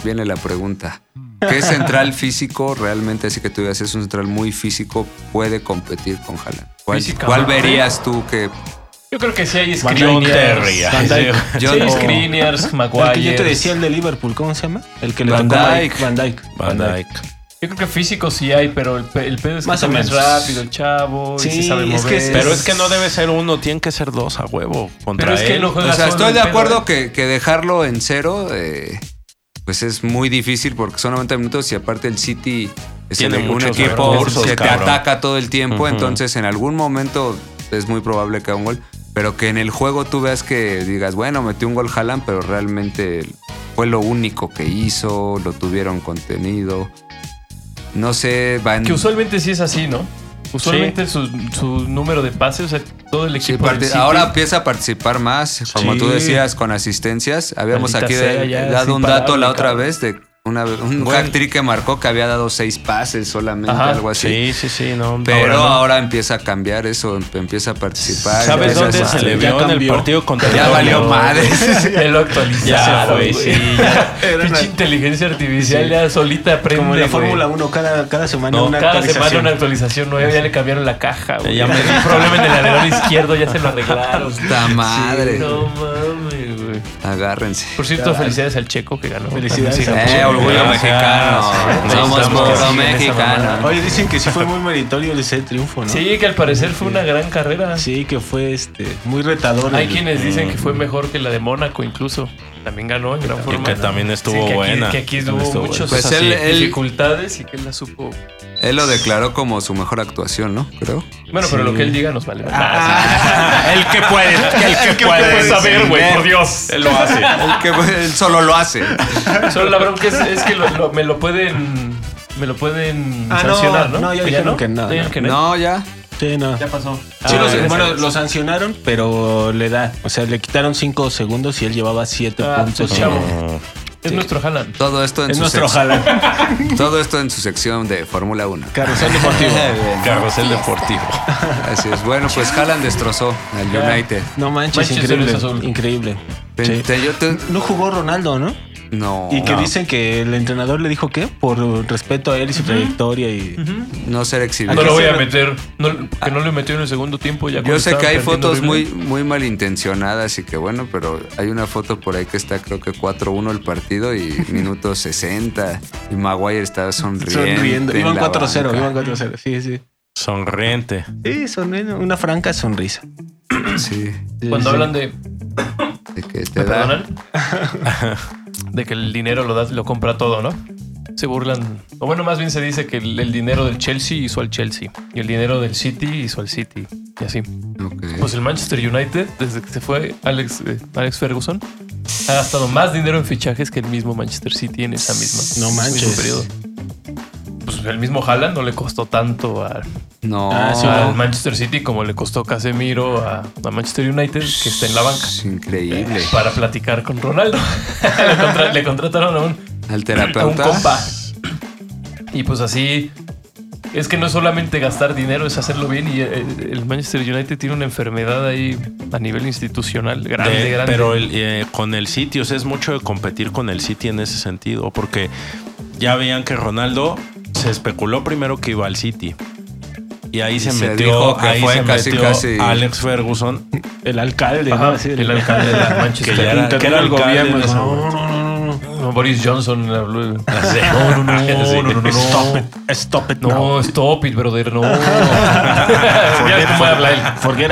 Speaker 5: viene la pregunta. ¿Qué central físico realmente, así que tú digas, es un central muy físico, puede competir con Haaland? ¿Cuál,
Speaker 2: Físicamente.
Speaker 5: cuál verías tú que
Speaker 2: Yo creo que sí hay
Speaker 6: Van
Speaker 1: John
Speaker 2: Skriniar.
Speaker 1: Terry.
Speaker 6: Van Dijk.
Speaker 2: Sí,
Speaker 5: yo
Speaker 2: hay
Speaker 5: no-
Speaker 2: Skriniar, Maguire.
Speaker 6: El que yo te decía, el de Liverpool, ¿cómo se llama? El que le
Speaker 5: Van
Speaker 6: tocó a
Speaker 5: Dijk.
Speaker 6: Mike. Van Dyke.
Speaker 1: Van Dyke.
Speaker 2: Yo creo que físico sí hay, pero el, pe- el pedo es que
Speaker 6: Más o
Speaker 2: también
Speaker 6: menos.
Speaker 2: es rápido, el chavo, y
Speaker 6: Sí,
Speaker 2: se sabe mover.
Speaker 6: es que es-
Speaker 1: Pero es que no debe ser uno, tienen que ser dos a huevo contra
Speaker 2: Pero es que
Speaker 1: él.
Speaker 2: lo juega
Speaker 5: O sea,
Speaker 2: solo
Speaker 5: estoy
Speaker 2: el
Speaker 5: de
Speaker 2: pedo,
Speaker 5: acuerdo
Speaker 2: ¿eh?
Speaker 5: que, que dejarlo en cero, eh, pues es muy difícil porque son 90 minutos y aparte el City es
Speaker 1: Tiene
Speaker 5: el- un
Speaker 1: muchos
Speaker 5: equipo
Speaker 1: recursos,
Speaker 5: que te
Speaker 1: cabrón.
Speaker 5: ataca todo el tiempo,
Speaker 1: Ujú.
Speaker 5: entonces en algún momento es muy probable que haga un gol, pero que en el juego tú veas que digas, bueno, metió un gol Haaland, pero realmente fue lo único que hizo, lo tuvieron contenido. No sé, van
Speaker 2: Que usualmente sí es así, ¿no? Usualmente su, su número de pases, o sea, todo el
Speaker 5: Sí,
Speaker 2: equipo.
Speaker 5: parte-
Speaker 2: del City-
Speaker 5: ahora empieza a participar más, como
Speaker 6: Sí.
Speaker 5: tú decías, con asistencias. Habíamos
Speaker 2: Maldita
Speaker 5: aquí de-
Speaker 2: sea, ya es
Speaker 5: dado un
Speaker 2: imparable,
Speaker 5: dato la otra
Speaker 2: cabrón.
Speaker 5: vez de una- un hat-trick que marcó que había dado seis pases solamente,
Speaker 2: Ajá,
Speaker 5: algo así.
Speaker 1: Sí, sí, sí, no.
Speaker 5: Pero
Speaker 1: no.
Speaker 5: ahora, empieza a cambiar eso, emp- empieza a participar.
Speaker 1: ¿Sabes
Speaker 5: empieza
Speaker 1: dónde
Speaker 5: a-
Speaker 1: se le
Speaker 6: ya
Speaker 1: vio en el
Speaker 6: cambió.
Speaker 1: partido contra
Speaker 5: Ya
Speaker 1: el
Speaker 5: valió
Speaker 1: León?
Speaker 5: madre.
Speaker 2: Ya lo actualizaron.
Speaker 1: Ya se fue,
Speaker 2: güey.
Speaker 1: sí, ya.
Speaker 2: Pinche inteligencia artificial ya solita aprende.
Speaker 6: Como la
Speaker 2: güey.
Speaker 6: Fórmula 1, cada, cada semana
Speaker 1: No,
Speaker 6: una
Speaker 2: Cada semana
Speaker 6: actualización.
Speaker 2: una actualización nueva, ya le cambiaron la caja. güey.
Speaker 1: Ya me-
Speaker 2: Un problema en el alerón izquierdo, ya se lo arreglaron.
Speaker 5: Puta madre.
Speaker 2: No mames, güey.
Speaker 5: Agárrense.
Speaker 2: Por cierto, felicidades al Checo que ganó.
Speaker 6: Felicidades.
Speaker 2: También
Speaker 5: Eh, orgullo
Speaker 1: Gracias.
Speaker 5: mexicano. Somos
Speaker 1: Necesitamos que
Speaker 5: pueblo
Speaker 2: sigan esa
Speaker 5: mexicano.
Speaker 2: mamada.
Speaker 6: Oye, dicen que sí fue muy meritorio ese triunfo, ¿no?
Speaker 2: Sí, que al parecer fue una gran carrera.
Speaker 6: Sí, que fue este, muy retador.
Speaker 2: Hay
Speaker 6: el-
Speaker 2: quienes dicen que fue mejor que la de Mónaco incluso. También ganó en gran
Speaker 1: Y
Speaker 2: forma.
Speaker 1: Mm. que también
Speaker 2: Sí,
Speaker 1: estuvo
Speaker 2: que aquí-
Speaker 1: buena.
Speaker 2: Que aquí
Speaker 1: También
Speaker 2: hubo
Speaker 1: estuvo
Speaker 2: muchas
Speaker 5: Pues él- él-
Speaker 2: dificultades y que él la supo.
Speaker 5: Él lo declaró como su mejor actuación, ¿no? Creo.
Speaker 2: Bueno, pero lo que él diga nos vale. Ah,
Speaker 1: El que puede, el que puede
Speaker 2: saber, güey, por Dios.
Speaker 1: Él lo hace.
Speaker 5: Él, que, él solo lo hace.
Speaker 2: Solo la bronca es, es que lo- lo- me lo pueden. Me lo pueden
Speaker 6: Ah, no,
Speaker 2: sancionar, ¿no?
Speaker 6: no, ya dijeron que no,
Speaker 2: Ya dijeron
Speaker 6: no.
Speaker 2: que
Speaker 5: No, ya.
Speaker 6: Sí, no.
Speaker 2: Ya pasó.
Speaker 6: Sí,
Speaker 2: Ah,
Speaker 6: los-
Speaker 2: gracias.
Speaker 6: bueno, lo sancionaron, pero le da. O sea, le quitaron 5 segundos y él llevaba 7
Speaker 2: Ah,
Speaker 6: puntos.
Speaker 2: sí, chavo. Es nuestro Haaland.
Speaker 5: Todo esto en
Speaker 6: Es
Speaker 5: su
Speaker 6: nuestro
Speaker 5: sección.
Speaker 6: jala.
Speaker 5: Todo esto en su sección de Fórmula 1.
Speaker 6: Carrusel deportivo.
Speaker 1: Carrusel deportivo.
Speaker 5: Así es. Bueno, pues Haaland destrozó al United.
Speaker 6: No manches,
Speaker 2: Manchester es azul.
Speaker 6: increíble. Increíble. Sí.
Speaker 5: Te- yo te-
Speaker 6: No jugó Ronaldo, ¿no?
Speaker 5: no.
Speaker 6: Y que
Speaker 5: no.
Speaker 6: dicen que el entrenador le dijo que por respeto a él y su trayectoria y
Speaker 5: No ser exhibido.
Speaker 2: No lo voy a
Speaker 6: se-
Speaker 2: meter. No, que no lo metió en el segundo tiempo. Ya
Speaker 5: Yo
Speaker 2: cuando
Speaker 5: sé
Speaker 2: estaban
Speaker 5: que hay
Speaker 2: perdiendo
Speaker 5: fotos muy,
Speaker 2: horrible.
Speaker 5: muy malintencionadas y que bueno, pero hay una foto por ahí que está creo que 4-1 el partido y minuto 60 y Maguire está sonriendo.
Speaker 6: sonriendo.
Speaker 5: en
Speaker 6: Iban
Speaker 5: la
Speaker 6: 4-0,
Speaker 5: banca.
Speaker 6: iban 4-0. Sí, sí.
Speaker 1: Sonriente.
Speaker 6: Sí, sonriendo. Una franca sonrisa.
Speaker 5: Sí,
Speaker 2: Cuando hablan de.
Speaker 5: de que te
Speaker 2: ¿Me
Speaker 5: da-
Speaker 2: perdonan? de que el dinero lo, das, lo compra todo, ¿no? Se burlan. O bueno, más bien se dice que el, el dinero del Chelsea hizo al Chelsea. Y el dinero del City hizo al City. Y así.
Speaker 5: Ok.
Speaker 2: Pues el Manchester United, desde que se fue Alex, eh, Alex Ferguson, ha gastado más dinero en fichajes que el mismo Manchester City en esa misma.
Speaker 6: No manches.
Speaker 2: mismo periodo. Pues el mismo Haaland no le costó tanto a-
Speaker 5: no,
Speaker 6: Ah, sí,
Speaker 2: al
Speaker 6: no.
Speaker 2: Manchester City como le costó Casemiro a, a Manchester United, que está en la banca, Eh,
Speaker 5: es increíble.
Speaker 2: para platicar con Ronaldo. le, contra- le contrataron a un,
Speaker 5: Al
Speaker 2: a un
Speaker 5: terapeuta.
Speaker 2: compa. Y pues así. Es que no es solamente gastar dinero, es hacerlo bien. Y eh, el Manchester United tiene una enfermedad ahí a nivel institucional grande,
Speaker 1: De-
Speaker 2: grande.
Speaker 1: Pero el, eh, con el City, o sea, es mucho de competir con el City en ese sentido, porque ya veían que Ronaldo se especuló primero que iba al City. Y ahí se,
Speaker 5: se
Speaker 1: metió,
Speaker 5: dijo que
Speaker 1: ahí
Speaker 5: fue
Speaker 1: se
Speaker 5: casi,
Speaker 1: metió
Speaker 5: casi-
Speaker 1: Alex Ferguson,
Speaker 6: El alcalde,
Speaker 2: Ajá,
Speaker 1: Ah,
Speaker 6: ¿no? Sí,
Speaker 2: el alcalde de la
Speaker 1: que
Speaker 2: Manchester
Speaker 1: ya era, que era
Speaker 6: el
Speaker 1: alcalde
Speaker 6: gobierno.
Speaker 1: en ese
Speaker 6: No,
Speaker 1: momento.
Speaker 6: no, no, no, no.
Speaker 2: No, Boris Johnson le habló. No,
Speaker 1: Sí.
Speaker 2: no, no, no, no, no,
Speaker 6: Stop
Speaker 2: no.
Speaker 6: it. Stop it.
Speaker 2: No, stop it, brother, no. Ya cómo habla él.
Speaker 6: Forget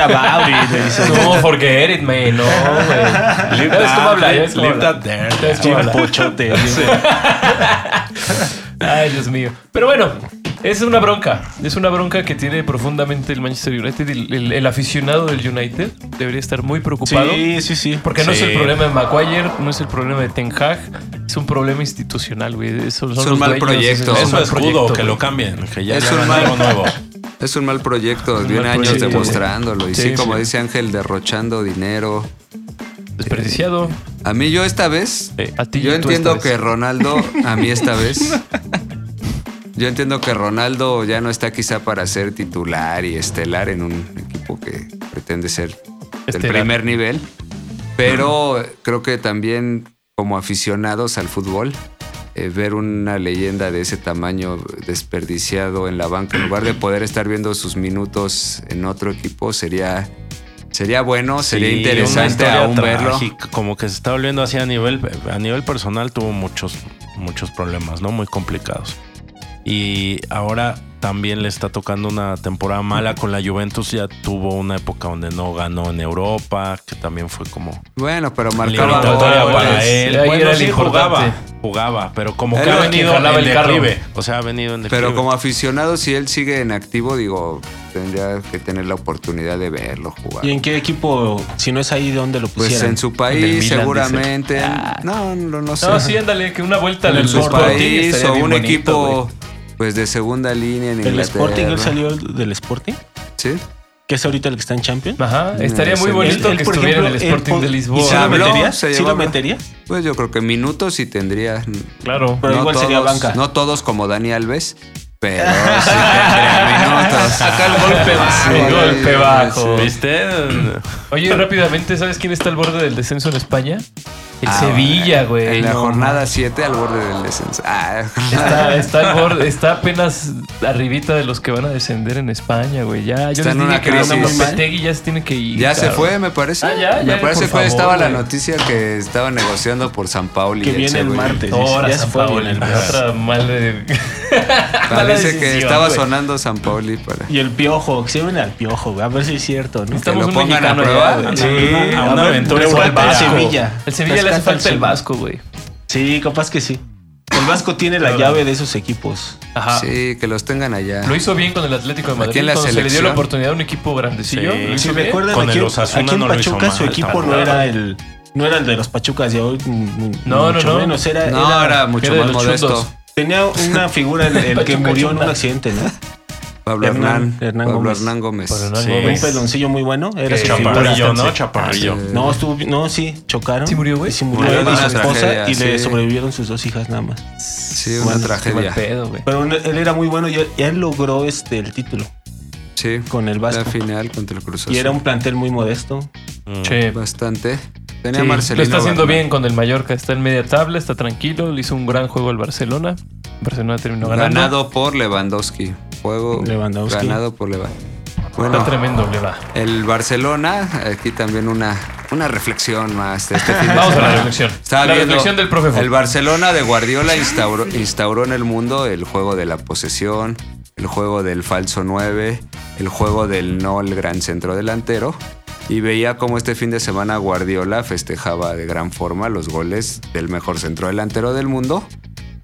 Speaker 6: about it. le dice.
Speaker 2: No, forget it, man, no, güey. Ya ves cómo habla, ya ves cómo
Speaker 1: Leave
Speaker 2: habla.
Speaker 1: that there.
Speaker 2: Ya ves cómo
Speaker 6: Jim
Speaker 2: habla.
Speaker 6: Pochote.
Speaker 2: Ay, Dios mío. Pero bueno, es una bronca. Es una bronca que tiene profundamente el Manchester United. El, el- el aficionado del United debería estar muy preocupado.
Speaker 6: Sí, sí, sí.
Speaker 2: Porque no es
Speaker 1: Sí.
Speaker 2: el problema de Maguire, no es el problema de Ten Hag, es un problema institucional, güey. Esos son
Speaker 5: Es un
Speaker 2: los
Speaker 5: mal
Speaker 2: dueños, ese
Speaker 5: proyecto.
Speaker 1: Es
Speaker 5: Es
Speaker 1: su
Speaker 2: mal
Speaker 1: escudo,
Speaker 2: proyecto,
Speaker 1: que
Speaker 2: güey.
Speaker 1: lo cambien, que ya
Speaker 5: Es
Speaker 1: es
Speaker 5: un mal-
Speaker 1: algo nuevo.
Speaker 5: Es un mal proyecto,
Speaker 2: un
Speaker 5: viene
Speaker 2: mal
Speaker 5: años
Speaker 2: proyecto.
Speaker 5: demostrándolo. Y sí,
Speaker 2: Sí,
Speaker 5: como
Speaker 2: sí.
Speaker 5: dice Ángel, derrochando dinero.
Speaker 2: Desperdiciado.
Speaker 5: A mí yo esta vez,
Speaker 2: Eh, a ti y
Speaker 5: yo
Speaker 2: tú
Speaker 5: entiendo
Speaker 2: esta
Speaker 5: que
Speaker 2: vez.
Speaker 5: Ronaldo, a mí esta vez, yo entiendo que Ronaldo ya no está quizá para ser titular y estelar en un equipo que pretende ser del
Speaker 2: Estelar.
Speaker 5: primer nivel, pero creo que también como aficionados al fútbol, eh, ver una leyenda de ese tamaño desperdiciado en la banca, en lugar de poder estar viendo sus minutos en otro equipo, sería... Sería bueno, sería
Speaker 1: Sí, una
Speaker 5: interesante
Speaker 1: historia
Speaker 5: aún verlo.
Speaker 1: trágica, Como que se está volviendo así a nivel, a nivel personal, tuvo muchos, muchos problemas, ¿no? Muy complicados. Y ahora también le está tocando una temporada mala con la Juventus. Ya tuvo una época donde no ganó en Europa, que también fue como
Speaker 5: Bueno, pero marcaba
Speaker 1: limitatoria
Speaker 5: goles.
Speaker 1: para él.
Speaker 2: Ahí
Speaker 1: Bueno,
Speaker 2: era el
Speaker 1: sí,
Speaker 2: importante.
Speaker 1: jugaba, jugaba, pero como
Speaker 5: Él
Speaker 1: que ha
Speaker 5: era
Speaker 1: venido
Speaker 2: quien jalaba
Speaker 1: en
Speaker 2: el carro.
Speaker 1: declive. O sea, ha venido en declive.
Speaker 5: Pero como aficionado, si él sigue en activo, digo, tendría que tener la oportunidad de verlo jugar.
Speaker 6: ¿Y en qué equipo, si no es ahí, dónde lo
Speaker 5: Pues
Speaker 6: pusieran?
Speaker 5: en su
Speaker 2: Del Milan,
Speaker 5: país,
Speaker 2: dice. Ah.
Speaker 5: seguramente. No, no, no sé.
Speaker 2: No, sí, ándale, que una vuelta
Speaker 5: en
Speaker 2: del
Speaker 5: su
Speaker 2: Sporting
Speaker 5: país
Speaker 2: estaría
Speaker 5: o un
Speaker 2: bien bonito,
Speaker 5: equipo
Speaker 2: güey.
Speaker 5: pues de segunda línea en
Speaker 6: ¿El
Speaker 5: Inglaterra.
Speaker 6: Sporting? ¿Él salió del Sporting?
Speaker 5: Sí.
Speaker 6: que es ahorita el que está en Champions.
Speaker 2: Ajá. Estaría muy
Speaker 5: Él-
Speaker 2: bonito
Speaker 6: él,
Speaker 2: que
Speaker 6: por
Speaker 2: estuviera en
Speaker 6: ejemplo,
Speaker 2: el
Speaker 6: él
Speaker 2: Sporting
Speaker 6: pod-
Speaker 2: de
Speaker 6: ¿Y si lo
Speaker 2: Lisboa.
Speaker 5: Habló,
Speaker 6: metería?
Speaker 5: se
Speaker 6: ¿Sí lo
Speaker 5: llevaba.
Speaker 6: metería?
Speaker 5: Pues yo creo que minutos sí tendría.
Speaker 2: Claro.
Speaker 6: Pero igual sería banca.
Speaker 5: No todos como Dani Alves, pero sí tendría minutos.
Speaker 2: Acá el golpe bajo.
Speaker 5: Sí,
Speaker 2: El golpe
Speaker 5: sí,
Speaker 2: bajo.
Speaker 1: ¿Viste?
Speaker 2: Oye, rápidamente, ¿sabes quién está al borde del descenso en España? El
Speaker 5: Ah,
Speaker 2: Sevilla, güey.
Speaker 5: En la
Speaker 2: No,
Speaker 5: jornada 7 al borde del descenso. Ah,
Speaker 2: Está, está, al borde- está apenas arribita de los que van a descender en España, güey. Ya, yo
Speaker 5: Está
Speaker 2: les
Speaker 5: en una
Speaker 2: dije que
Speaker 5: crisis.
Speaker 2: Lopetegui ya se tiene que ir.
Speaker 5: ya se
Speaker 2: cabrón.
Speaker 5: fue, me parece.
Speaker 2: Ah, ya, ya,
Speaker 5: me parece
Speaker 2: por
Speaker 5: que hoy estaba
Speaker 2: favor,
Speaker 5: la
Speaker 2: güey.
Speaker 5: noticia que estaba negociando por San Paulo.
Speaker 6: Que viene el martes.
Speaker 2: Ahora
Speaker 6: Ya se
Speaker 2: San
Speaker 6: fue,
Speaker 2: Paoli,
Speaker 6: bien,
Speaker 2: Otra mal de... mala
Speaker 5: Parece Ah, que
Speaker 2: decisión,
Speaker 5: estaba
Speaker 2: güey.
Speaker 5: sonando San Pauli para.
Speaker 6: Y el piojo, que se ven al piojo, güey. A ver si es cierto, ¿no?
Speaker 2: Necesitamos
Speaker 5: lo
Speaker 2: un
Speaker 5: pongan a
Speaker 2: mexicano
Speaker 5: prueba,
Speaker 2: ya, güey.
Speaker 1: Sí,
Speaker 6: A
Speaker 1: a
Speaker 6: ver,
Speaker 1: una aventura
Speaker 6: resuelve
Speaker 1: europea.
Speaker 6: Sevilla.
Speaker 2: El Sevilla le hace
Speaker 6: Rescata al
Speaker 2: falta el
Speaker 6: Sevilla.
Speaker 2: Vasco, güey.
Speaker 6: Sí, capaz que sí. El Vasco tiene la
Speaker 2: Claro.
Speaker 6: llave de esos equipos.
Speaker 2: Ajá.
Speaker 5: Sí, que los tengan allá.
Speaker 2: Lo hizo bien con el Atlético de
Speaker 5: Aquí en
Speaker 2: Madrid.
Speaker 5: la
Speaker 2: Cuando se le dio
Speaker 5: selección.
Speaker 2: la oportunidad a un equipo grandecillo.
Speaker 1: Sí.
Speaker 2: lo hizo
Speaker 1: Sí,
Speaker 6: Si
Speaker 2: bien.
Speaker 6: recuerdan,
Speaker 1: Con el
Speaker 6: aquí, en-
Speaker 1: Osasuna
Speaker 6: aquí en
Speaker 1: no lo hizo
Speaker 6: Pachuca su
Speaker 1: mal,
Speaker 6: equipo
Speaker 1: tampoco.
Speaker 6: no era el no era el de los Pachucas de hoy. ni- ni-
Speaker 2: No,
Speaker 6: mucho
Speaker 2: no, no.
Speaker 6: menos, era,
Speaker 5: No,
Speaker 6: era-
Speaker 5: era mucho
Speaker 2: era de
Speaker 5: más
Speaker 2: los
Speaker 5: modesto.
Speaker 2: chundos.
Speaker 6: tenía una figura el, el que
Speaker 2: Pachuca
Speaker 6: murió en
Speaker 2: chunda.
Speaker 6: un accidente, ¿no?
Speaker 5: Pablo
Speaker 6: Hernán-
Speaker 5: Hernán,
Speaker 6: Hernán
Speaker 5: Pablo
Speaker 6: Gómez.
Speaker 5: Hernán Gómez.
Speaker 2: Pero no,
Speaker 1: Sí.
Speaker 2: no,
Speaker 5: Pues,
Speaker 2: güey.
Speaker 6: Un peloncillo muy bueno, era
Speaker 5: eh,
Speaker 2: Que
Speaker 6: su figura.
Speaker 1: Eh, Chaparrillo, ¿no?
Speaker 2: Sí.
Speaker 1: Chaparrillo.
Speaker 6: No, estuvo, no, sí, chocaron.
Speaker 2: ¿Sí murió, güey?
Speaker 6: Y Sí murió
Speaker 5: Murió
Speaker 6: él y
Speaker 5: de
Speaker 6: su
Speaker 5: una
Speaker 6: esposa
Speaker 5: tragedia,
Speaker 6: y le
Speaker 5: sí.
Speaker 6: sobrevivieron sus dos hijas nada más.
Speaker 5: Sí, una
Speaker 6: Bueno, qué
Speaker 2: Qué mal
Speaker 5: tragedia.
Speaker 2: pedo, güey.
Speaker 6: Pero él era muy bueno y él, y él logró este el título
Speaker 5: Sí,
Speaker 6: con el
Speaker 5: la
Speaker 6: Vasco.
Speaker 5: final contra el Cruz Azul.
Speaker 6: Y era un plantel muy modesto.
Speaker 2: Che.
Speaker 5: Bastante. Tenía
Speaker 2: Sí,
Speaker 5: Marcelino.
Speaker 2: Lo está haciendo
Speaker 5: Bernal.
Speaker 2: bien con el Mallorca. Está en media tabla, está tranquilo. Le hizo un gran juego al Barcelona. Barcelona terminó ganando.
Speaker 5: Ganado por Lewandowski. Juego
Speaker 6: Lewandowski.
Speaker 5: ganado por Lewandowski.
Speaker 2: Está
Speaker 5: Bueno,
Speaker 2: tremendo, le va.
Speaker 5: el Barcelona, aquí también una, una reflexión más de este fin de
Speaker 2: Vamos a la
Speaker 5: semana.
Speaker 2: reflexión.
Speaker 5: Estaba
Speaker 2: la
Speaker 5: viendo,
Speaker 2: reflexión del profe. Fu.
Speaker 5: El Barcelona de Guardiola instauró, instauró en el mundo el juego de la posesión, el juego del falso 9, el juego del no el gran centro delantero. Y veía cómo este fin de semana Guardiola festejaba de gran forma los goles del mejor centro delantero del mundo,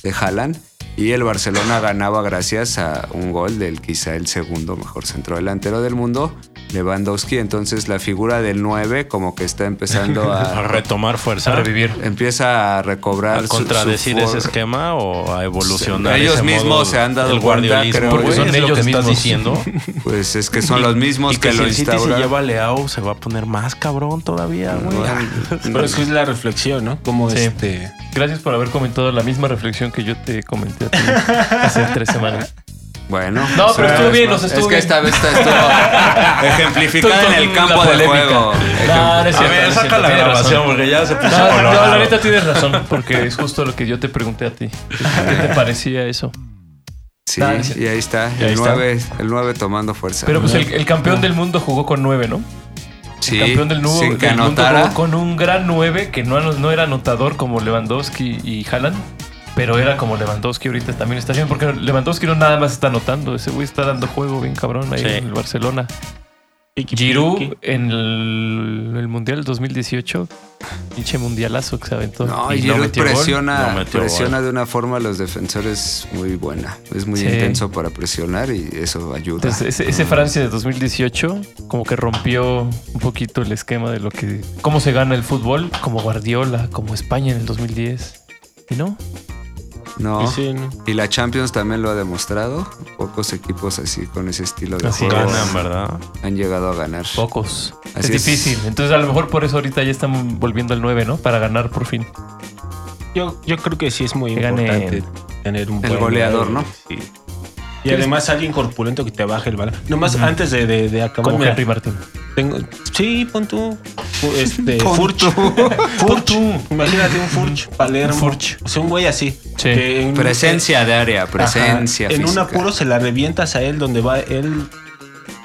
Speaker 5: de Haaland. Y el Barcelona ganaba gracias a un gol del quizá el segundo mejor centro delantero del mundo, Lewandowski. Entonces la figura del 9 como que está empezando
Speaker 1: A retomar fuerza.
Speaker 2: a revivir.
Speaker 5: empieza a recobrar
Speaker 1: a
Speaker 5: su-
Speaker 1: contradecir
Speaker 5: su
Speaker 1: ese
Speaker 5: for-
Speaker 1: esquema o a evolucionar.
Speaker 5: Ellos
Speaker 1: ese
Speaker 5: mismos
Speaker 1: modo
Speaker 5: se han dado
Speaker 1: del
Speaker 5: cuenta,
Speaker 1: guardiolismo,
Speaker 5: creo,
Speaker 1: güey,
Speaker 5: porque
Speaker 2: son
Speaker 1: es lo
Speaker 2: ellos
Speaker 1: que estás
Speaker 2: mismos.
Speaker 1: diciendo.
Speaker 5: Pues es que son los mismos
Speaker 1: y
Speaker 5: que,
Speaker 1: que, si
Speaker 5: lo
Speaker 1: el City se
Speaker 5: instauraron.
Speaker 1: lleva a Leao, se va a poner más cabrón todavía, güey.
Speaker 5: Ah,
Speaker 6: Pero es que es la reflexión, ¿no? Como
Speaker 2: Sí.
Speaker 6: este.
Speaker 2: Gracias por haber comentado la misma reflexión que yo te comenté a ti hace tres semanas.
Speaker 5: Bueno.
Speaker 2: No,
Speaker 5: pues,
Speaker 2: pero
Speaker 5: una
Speaker 2: estuvo
Speaker 5: vez
Speaker 2: bien,
Speaker 5: más.
Speaker 2: nos estuvo
Speaker 5: Es que
Speaker 2: bien.
Speaker 5: esta vez estuvo ejemplificada en el campo de juego.
Speaker 2: No, no es
Speaker 1: Ah, A
Speaker 2: cierto, no
Speaker 1: ver,
Speaker 2: es
Speaker 1: saca
Speaker 2: cierto,
Speaker 1: la
Speaker 2: tienes
Speaker 1: grabación
Speaker 2: razón.
Speaker 1: porque ya se puso
Speaker 2: No, no, la
Speaker 1: colorado.
Speaker 2: neta tienes razón, porque es justo lo que yo te pregunté a ti. ¿Qué te parecía eso?
Speaker 5: Sí, y ahí está.
Speaker 6: ahí
Speaker 5: el,
Speaker 6: está.
Speaker 5: 9, el 9 tomando fuerza.
Speaker 2: Pero pues el, el campeón del mundo jugó con nueve, ¿no?
Speaker 5: sí,
Speaker 2: el campeón del, nuevo,
Speaker 5: sin que
Speaker 2: del mundo
Speaker 5: anotara.
Speaker 2: jugó con un gran nueve que no, no era anotador como Lewandowski y Haaland, pero era como Lewandowski ahorita también está haciendo, porque Lewandowski no nada más está anotando, ese güey está dando juego bien cabrón ahí
Speaker 1: Sí.
Speaker 2: en el Barcelona. Giroud en el, el Mundial 2018, pinche mundialazo que se aventó.
Speaker 5: No,
Speaker 2: Y
Speaker 5: y Giroud
Speaker 2: metió gol.
Speaker 5: presiona,
Speaker 1: No metió
Speaker 5: presiona de una forma a los defensores muy buena. Es muy
Speaker 2: Sí.
Speaker 5: intenso para presionar y eso ayuda.
Speaker 2: Entonces, ese, ese Francia de 2018 como que rompió un poquito el esquema de lo que... Cómo se gana el fútbol, como Guardiola, como España en el 2010. ¿Y no?
Speaker 5: no.
Speaker 6: Sí, ¿no?
Speaker 5: Y la Champions también lo ha demostrado. Pocos equipos así con ese estilo de
Speaker 2: Así
Speaker 5: juego
Speaker 2: es.
Speaker 1: Ganan, ¿verdad?
Speaker 5: han llegado a ganar.
Speaker 2: Pocos.
Speaker 5: Así
Speaker 2: es
Speaker 5: es.
Speaker 2: difícil. Entonces, a lo mejor por eso ahorita ya están volviendo al 9, ¿no? Para ganar por fin.
Speaker 6: Yo, yo creo que sí es muy
Speaker 2: Que gane
Speaker 6: importante tener un
Speaker 5: el
Speaker 6: buen
Speaker 5: goleador, ¿no?
Speaker 6: Sí. Y además alguien corpulento que te baje el balón. Nomás antes de, de, de acabar.
Speaker 2: Como
Speaker 6: mira,
Speaker 2: Henry Martín.
Speaker 6: tengo, sí, pon tú. fu- Este,
Speaker 5: Pon
Speaker 6: Furch.
Speaker 5: tú.
Speaker 6: Furch. Imagínate un Furch, Palermo.
Speaker 2: Un Furch.
Speaker 6: O sea, un güey así.
Speaker 2: Sí.
Speaker 6: que en-
Speaker 5: Presencia de área,
Speaker 6: Ajá.
Speaker 5: presencia.
Speaker 6: En un
Speaker 5: física.
Speaker 6: apuro se la revientas a él donde va él.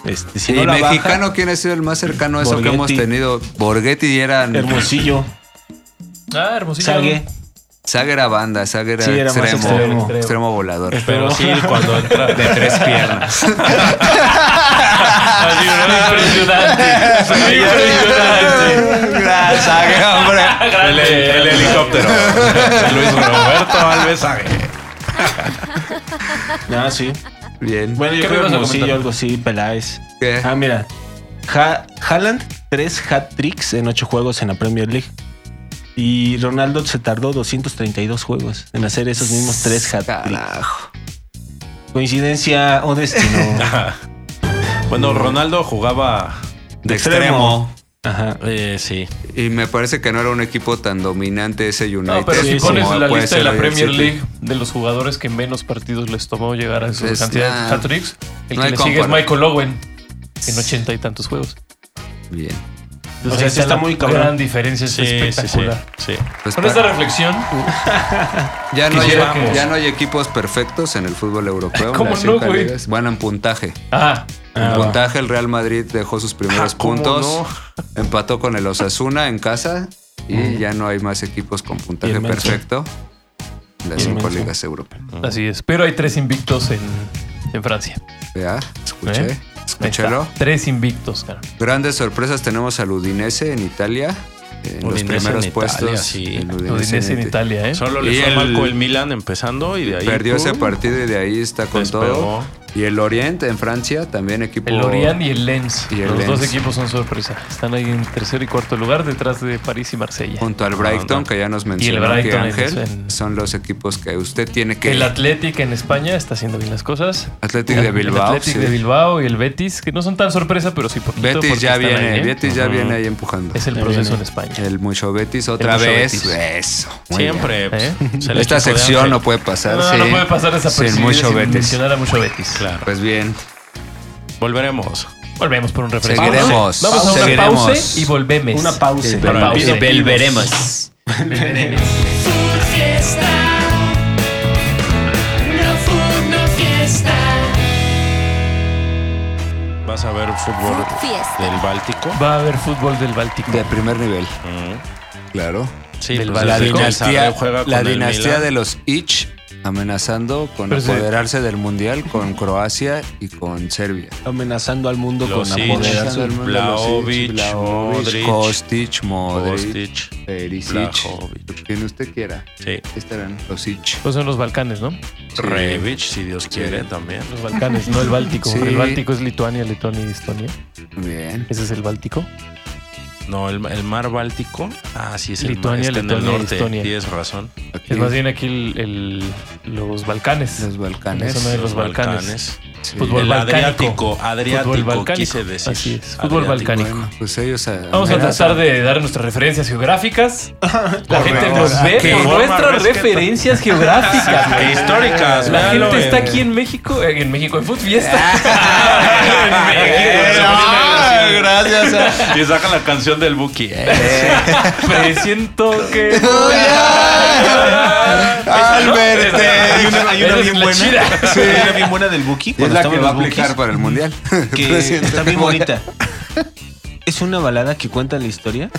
Speaker 6: Este, si
Speaker 5: Y
Speaker 6: no la baja,
Speaker 5: mexicano, ¿quién ha sido el más cercano a eso que hemos
Speaker 6: Borghetti.
Speaker 5: tenido? Borghetti era.
Speaker 6: Hermosillo,
Speaker 2: Ah, hermosillo.
Speaker 6: Sague.
Speaker 5: Saga era banda, Saga era,
Speaker 6: Sí, era más
Speaker 5: extremo,
Speaker 6: extremo.
Speaker 5: extremo. volador.
Speaker 1: Pero sí, cuando entra de tres piernas.
Speaker 2: Así, ¿no? Ah, impresionante. impresionante.
Speaker 5: Gran Saga, hombre.
Speaker 1: El, el helicóptero. Luis Roberto Alves Águila.
Speaker 6: Ah, sí.
Speaker 5: Bien.
Speaker 6: Bueno,
Speaker 2: ¿Qué
Speaker 6: yo
Speaker 2: me
Speaker 6: creo
Speaker 2: ibas a
Speaker 6: Hermosillo,
Speaker 2: comentar?
Speaker 6: algo así, Peláez.
Speaker 5: ¿Qué?
Speaker 6: Ah, mira. Ha Haaland, tres hat-tricks en ocho juegos en la Premier League. Y Ronaldo se tardó 232 juegos en hacer esos mismos tres hat-tricks.
Speaker 5: Carajo.
Speaker 2: Ah,
Speaker 6: Coincidencia o destino.
Speaker 1: Bueno, Ronaldo jugaba.
Speaker 5: De extremo.
Speaker 6: Ajá.
Speaker 1: eh, sí.
Speaker 5: Y me parece que no era un equipo tan dominante ese United.
Speaker 2: No, pero si
Speaker 5: como
Speaker 2: pones la
Speaker 5: puede
Speaker 2: lista
Speaker 5: ser
Speaker 2: de la
Speaker 5: hoy el
Speaker 2: Premier
Speaker 5: City.
Speaker 2: League de los jugadores que menos partidos les tomó llegar a esa
Speaker 5: Es
Speaker 2: cantidad
Speaker 5: la-
Speaker 2: de hat-tricks, el
Speaker 5: Pues, no
Speaker 2: que
Speaker 5: hay
Speaker 2: le sigue es
Speaker 5: compara.
Speaker 2: Michael Owen en ochenta y tantos juegos.
Speaker 5: Bien.
Speaker 2: O
Speaker 6: sea, sí está muy cabrón.
Speaker 2: Gran diferencia, es
Speaker 1: Sí, sí, sí,
Speaker 2: espectacular.
Speaker 1: sí.
Speaker 5: Pues
Speaker 2: Con
Speaker 5: pa-
Speaker 2: esta reflexión,
Speaker 5: ya, no hay,
Speaker 2: quisiera que-
Speaker 5: ya no hay equipos perfectos en el fútbol europeo. en
Speaker 2: ¿Cómo
Speaker 5: las
Speaker 2: no,
Speaker 5: cinco
Speaker 2: güey?
Speaker 5: ligas. Van en puntaje.
Speaker 2: ah,
Speaker 5: En puntaje el Real Madrid dejó sus primeros
Speaker 2: Ah, ¿cómo
Speaker 5: puntos.
Speaker 2: no?
Speaker 5: Empató con el Osasuna en casa. Y ya no hay más equipos con puntaje
Speaker 6: Inmenso.
Speaker 5: perfecto. en Las cinco
Speaker 6: Inmenso.
Speaker 5: ligas europeas.
Speaker 2: así es. Pero hay tres invictos en, en Francia.
Speaker 5: Ya, escuché.
Speaker 2: ¿Eh? Ahí está.
Speaker 5: Escúchalo.
Speaker 2: Tres invictos, cara.
Speaker 5: Grandes sorpresas tenemos al Udinese en Italia. eh, En los
Speaker 1: Udinese
Speaker 5: primeros
Speaker 1: en Italia,
Speaker 5: puestos.
Speaker 1: sí.
Speaker 5: El
Speaker 2: Udinese en
Speaker 5: Ita-
Speaker 2: Italia, ¿eh?
Speaker 1: Solo le
Speaker 5: Y
Speaker 1: fue
Speaker 5: el-
Speaker 1: Marco el Milan empezando y de ahí.
Speaker 5: Perdió ese
Speaker 1: pum,
Speaker 5: partido y de ahí está con
Speaker 1: despegó.
Speaker 5: todo. Y el Oriente en Francia, también equipo.
Speaker 2: El Lorient y el Lens.
Speaker 5: Y el
Speaker 2: los dos
Speaker 5: Lens.
Speaker 2: equipos son sorpresa. Están ahí en tercer y cuarto lugar, detrás de París y Marsella.
Speaker 5: Junto al Brighton, que ya nos mencionó que
Speaker 2: Brighton es
Speaker 5: Ángel,
Speaker 2: en-
Speaker 5: son los equipos que usted tiene que.
Speaker 2: El Athletic en España está haciendo bien las cosas.
Speaker 5: Athletic de Bilbao.
Speaker 2: El Athletic
Speaker 5: sí.
Speaker 2: de Bilbao y el Betis, que no son tan sorpresa, pero sí poquito.
Speaker 5: Betis
Speaker 2: porque
Speaker 5: ya
Speaker 2: están
Speaker 5: viene,
Speaker 2: ahí, ¿eh?
Speaker 5: Betis ya
Speaker 1: Ajá.
Speaker 5: viene ahí empujando.
Speaker 2: Es el
Speaker 6: Ya
Speaker 2: proceso
Speaker 6: viene.
Speaker 2: en España.
Speaker 5: El mucho Betis otra
Speaker 2: mucho
Speaker 5: vez.
Speaker 2: Betis.
Speaker 5: Eso. muy bien.
Speaker 1: Siempre. pues,
Speaker 2: ¿Eh?
Speaker 1: es el
Speaker 5: Esta
Speaker 1: equipo de
Speaker 5: sección
Speaker 1: Ángel.
Speaker 5: no puede pasar.
Speaker 2: No,
Speaker 5: sí.
Speaker 2: no puede pasar desapercibida
Speaker 5: Sin mucho
Speaker 2: sin
Speaker 5: Betis.
Speaker 2: mencionar a mucho Betis.
Speaker 1: Claro.
Speaker 5: Pues bien,
Speaker 1: Volveremos.
Speaker 2: Volvemos por un refresco.
Speaker 5: Seguiremos.
Speaker 2: Vamos a una
Speaker 5: Seguiremos.
Speaker 2: pausa y volvemos.
Speaker 6: Una pausa.
Speaker 2: Para
Speaker 1: Pausa.
Speaker 2: olvidar.
Speaker 7: Volveremos.
Speaker 3: Food Fiesta. No food, no fiesta.
Speaker 1: Vas a ver fútbol
Speaker 4: Food fiesta.
Speaker 1: del Báltico.
Speaker 2: Va a haber fútbol del Báltico.
Speaker 5: de primer nivel.
Speaker 1: Mm.
Speaker 5: Claro.
Speaker 1: Sí,
Speaker 2: Del
Speaker 1: pues,
Speaker 5: La
Speaker 1: el
Speaker 2: Báltico.
Speaker 1: Galatasaray
Speaker 5: dinastía,
Speaker 1: juega
Speaker 5: la
Speaker 1: con el
Speaker 5: dinastía
Speaker 1: Milan.
Speaker 5: de los Ich amenazando con
Speaker 2: Pero sí.
Speaker 5: apoderarse del mundial con Croacia y con Serbia.
Speaker 6: Amenazando al mundo
Speaker 1: Los
Speaker 6: con
Speaker 1: Illich,
Speaker 6: apoderarse del mundo. de los
Speaker 1: Vlahovic,
Speaker 6: Illich, Vlahovic.
Speaker 1: Modric,
Speaker 5: Kostic, Modric,
Speaker 1: Kostic, Vlahovic.
Speaker 5: Perisic, quien usted quiera.
Speaker 1: Sí.
Speaker 5: Ahí Estarán los Ich.
Speaker 2: Pues son los Balcanes, ¿no?
Speaker 1: Rebic, si Dios quiere, también.
Speaker 2: Los Balcanes, no el Báltico.
Speaker 5: Sí.
Speaker 2: El Báltico es Lituania, Letonia y Estonia.
Speaker 5: Bien.
Speaker 2: Ese es el Báltico.
Speaker 1: No, el, el mar Báltico. Ah, sí, es el
Speaker 2: Lituania,
Speaker 1: mar. Está en
Speaker 2: Letonia,
Speaker 1: el norte.
Speaker 2: Estonia.
Speaker 1: Tienes razón.
Speaker 5: Aquí
Speaker 2: Es más bien aquí el- el- los Balcanes. La
Speaker 5: los
Speaker 2: zona de
Speaker 5: Balcanes.
Speaker 2: los Balcanes.
Speaker 5: Sí.
Speaker 2: Fútbol
Speaker 1: el
Speaker 2: balcánico.
Speaker 1: Adriático. Adriático,
Speaker 2: Fútbol balcánico.
Speaker 1: quise decir.
Speaker 2: Así es,
Speaker 1: Adriático.
Speaker 2: fútbol
Speaker 1: ¿eh?
Speaker 2: balcánico.
Speaker 5: Bueno, pues ellos
Speaker 2: Vamos a
Speaker 5: amenazan.
Speaker 2: tratar de dar nuestras referencias geográficas. La gente
Speaker 5: favor.
Speaker 2: nos ve
Speaker 1: Qué
Speaker 2: por
Speaker 1: forma
Speaker 2: nuestras
Speaker 1: respeto.
Speaker 2: referencias geográficas.
Speaker 1: Ah,
Speaker 2: güey.
Speaker 1: históricas.
Speaker 2: La
Speaker 1: véanlo
Speaker 2: gente está
Speaker 1: en-
Speaker 2: aquí en México, eh, en México, en Food Fiesta.
Speaker 1: Eh,
Speaker 2: En México.
Speaker 5: gracias.
Speaker 1: Y saca la canción del Buki.
Speaker 2: Presiento que.
Speaker 5: Albert, este,
Speaker 6: eh, Hay una, hay una
Speaker 2: Esa es
Speaker 6: bien
Speaker 2: la
Speaker 6: buena.
Speaker 2: chida.
Speaker 6: Hay una bien buena del Buki.
Speaker 5: Es
Speaker 6: cuando
Speaker 5: la
Speaker 6: estaban
Speaker 5: que va a
Speaker 6: los Bukis,
Speaker 5: aplicar para el mundial.
Speaker 6: Que está bien bonita. Es una balada que cuenta la historia.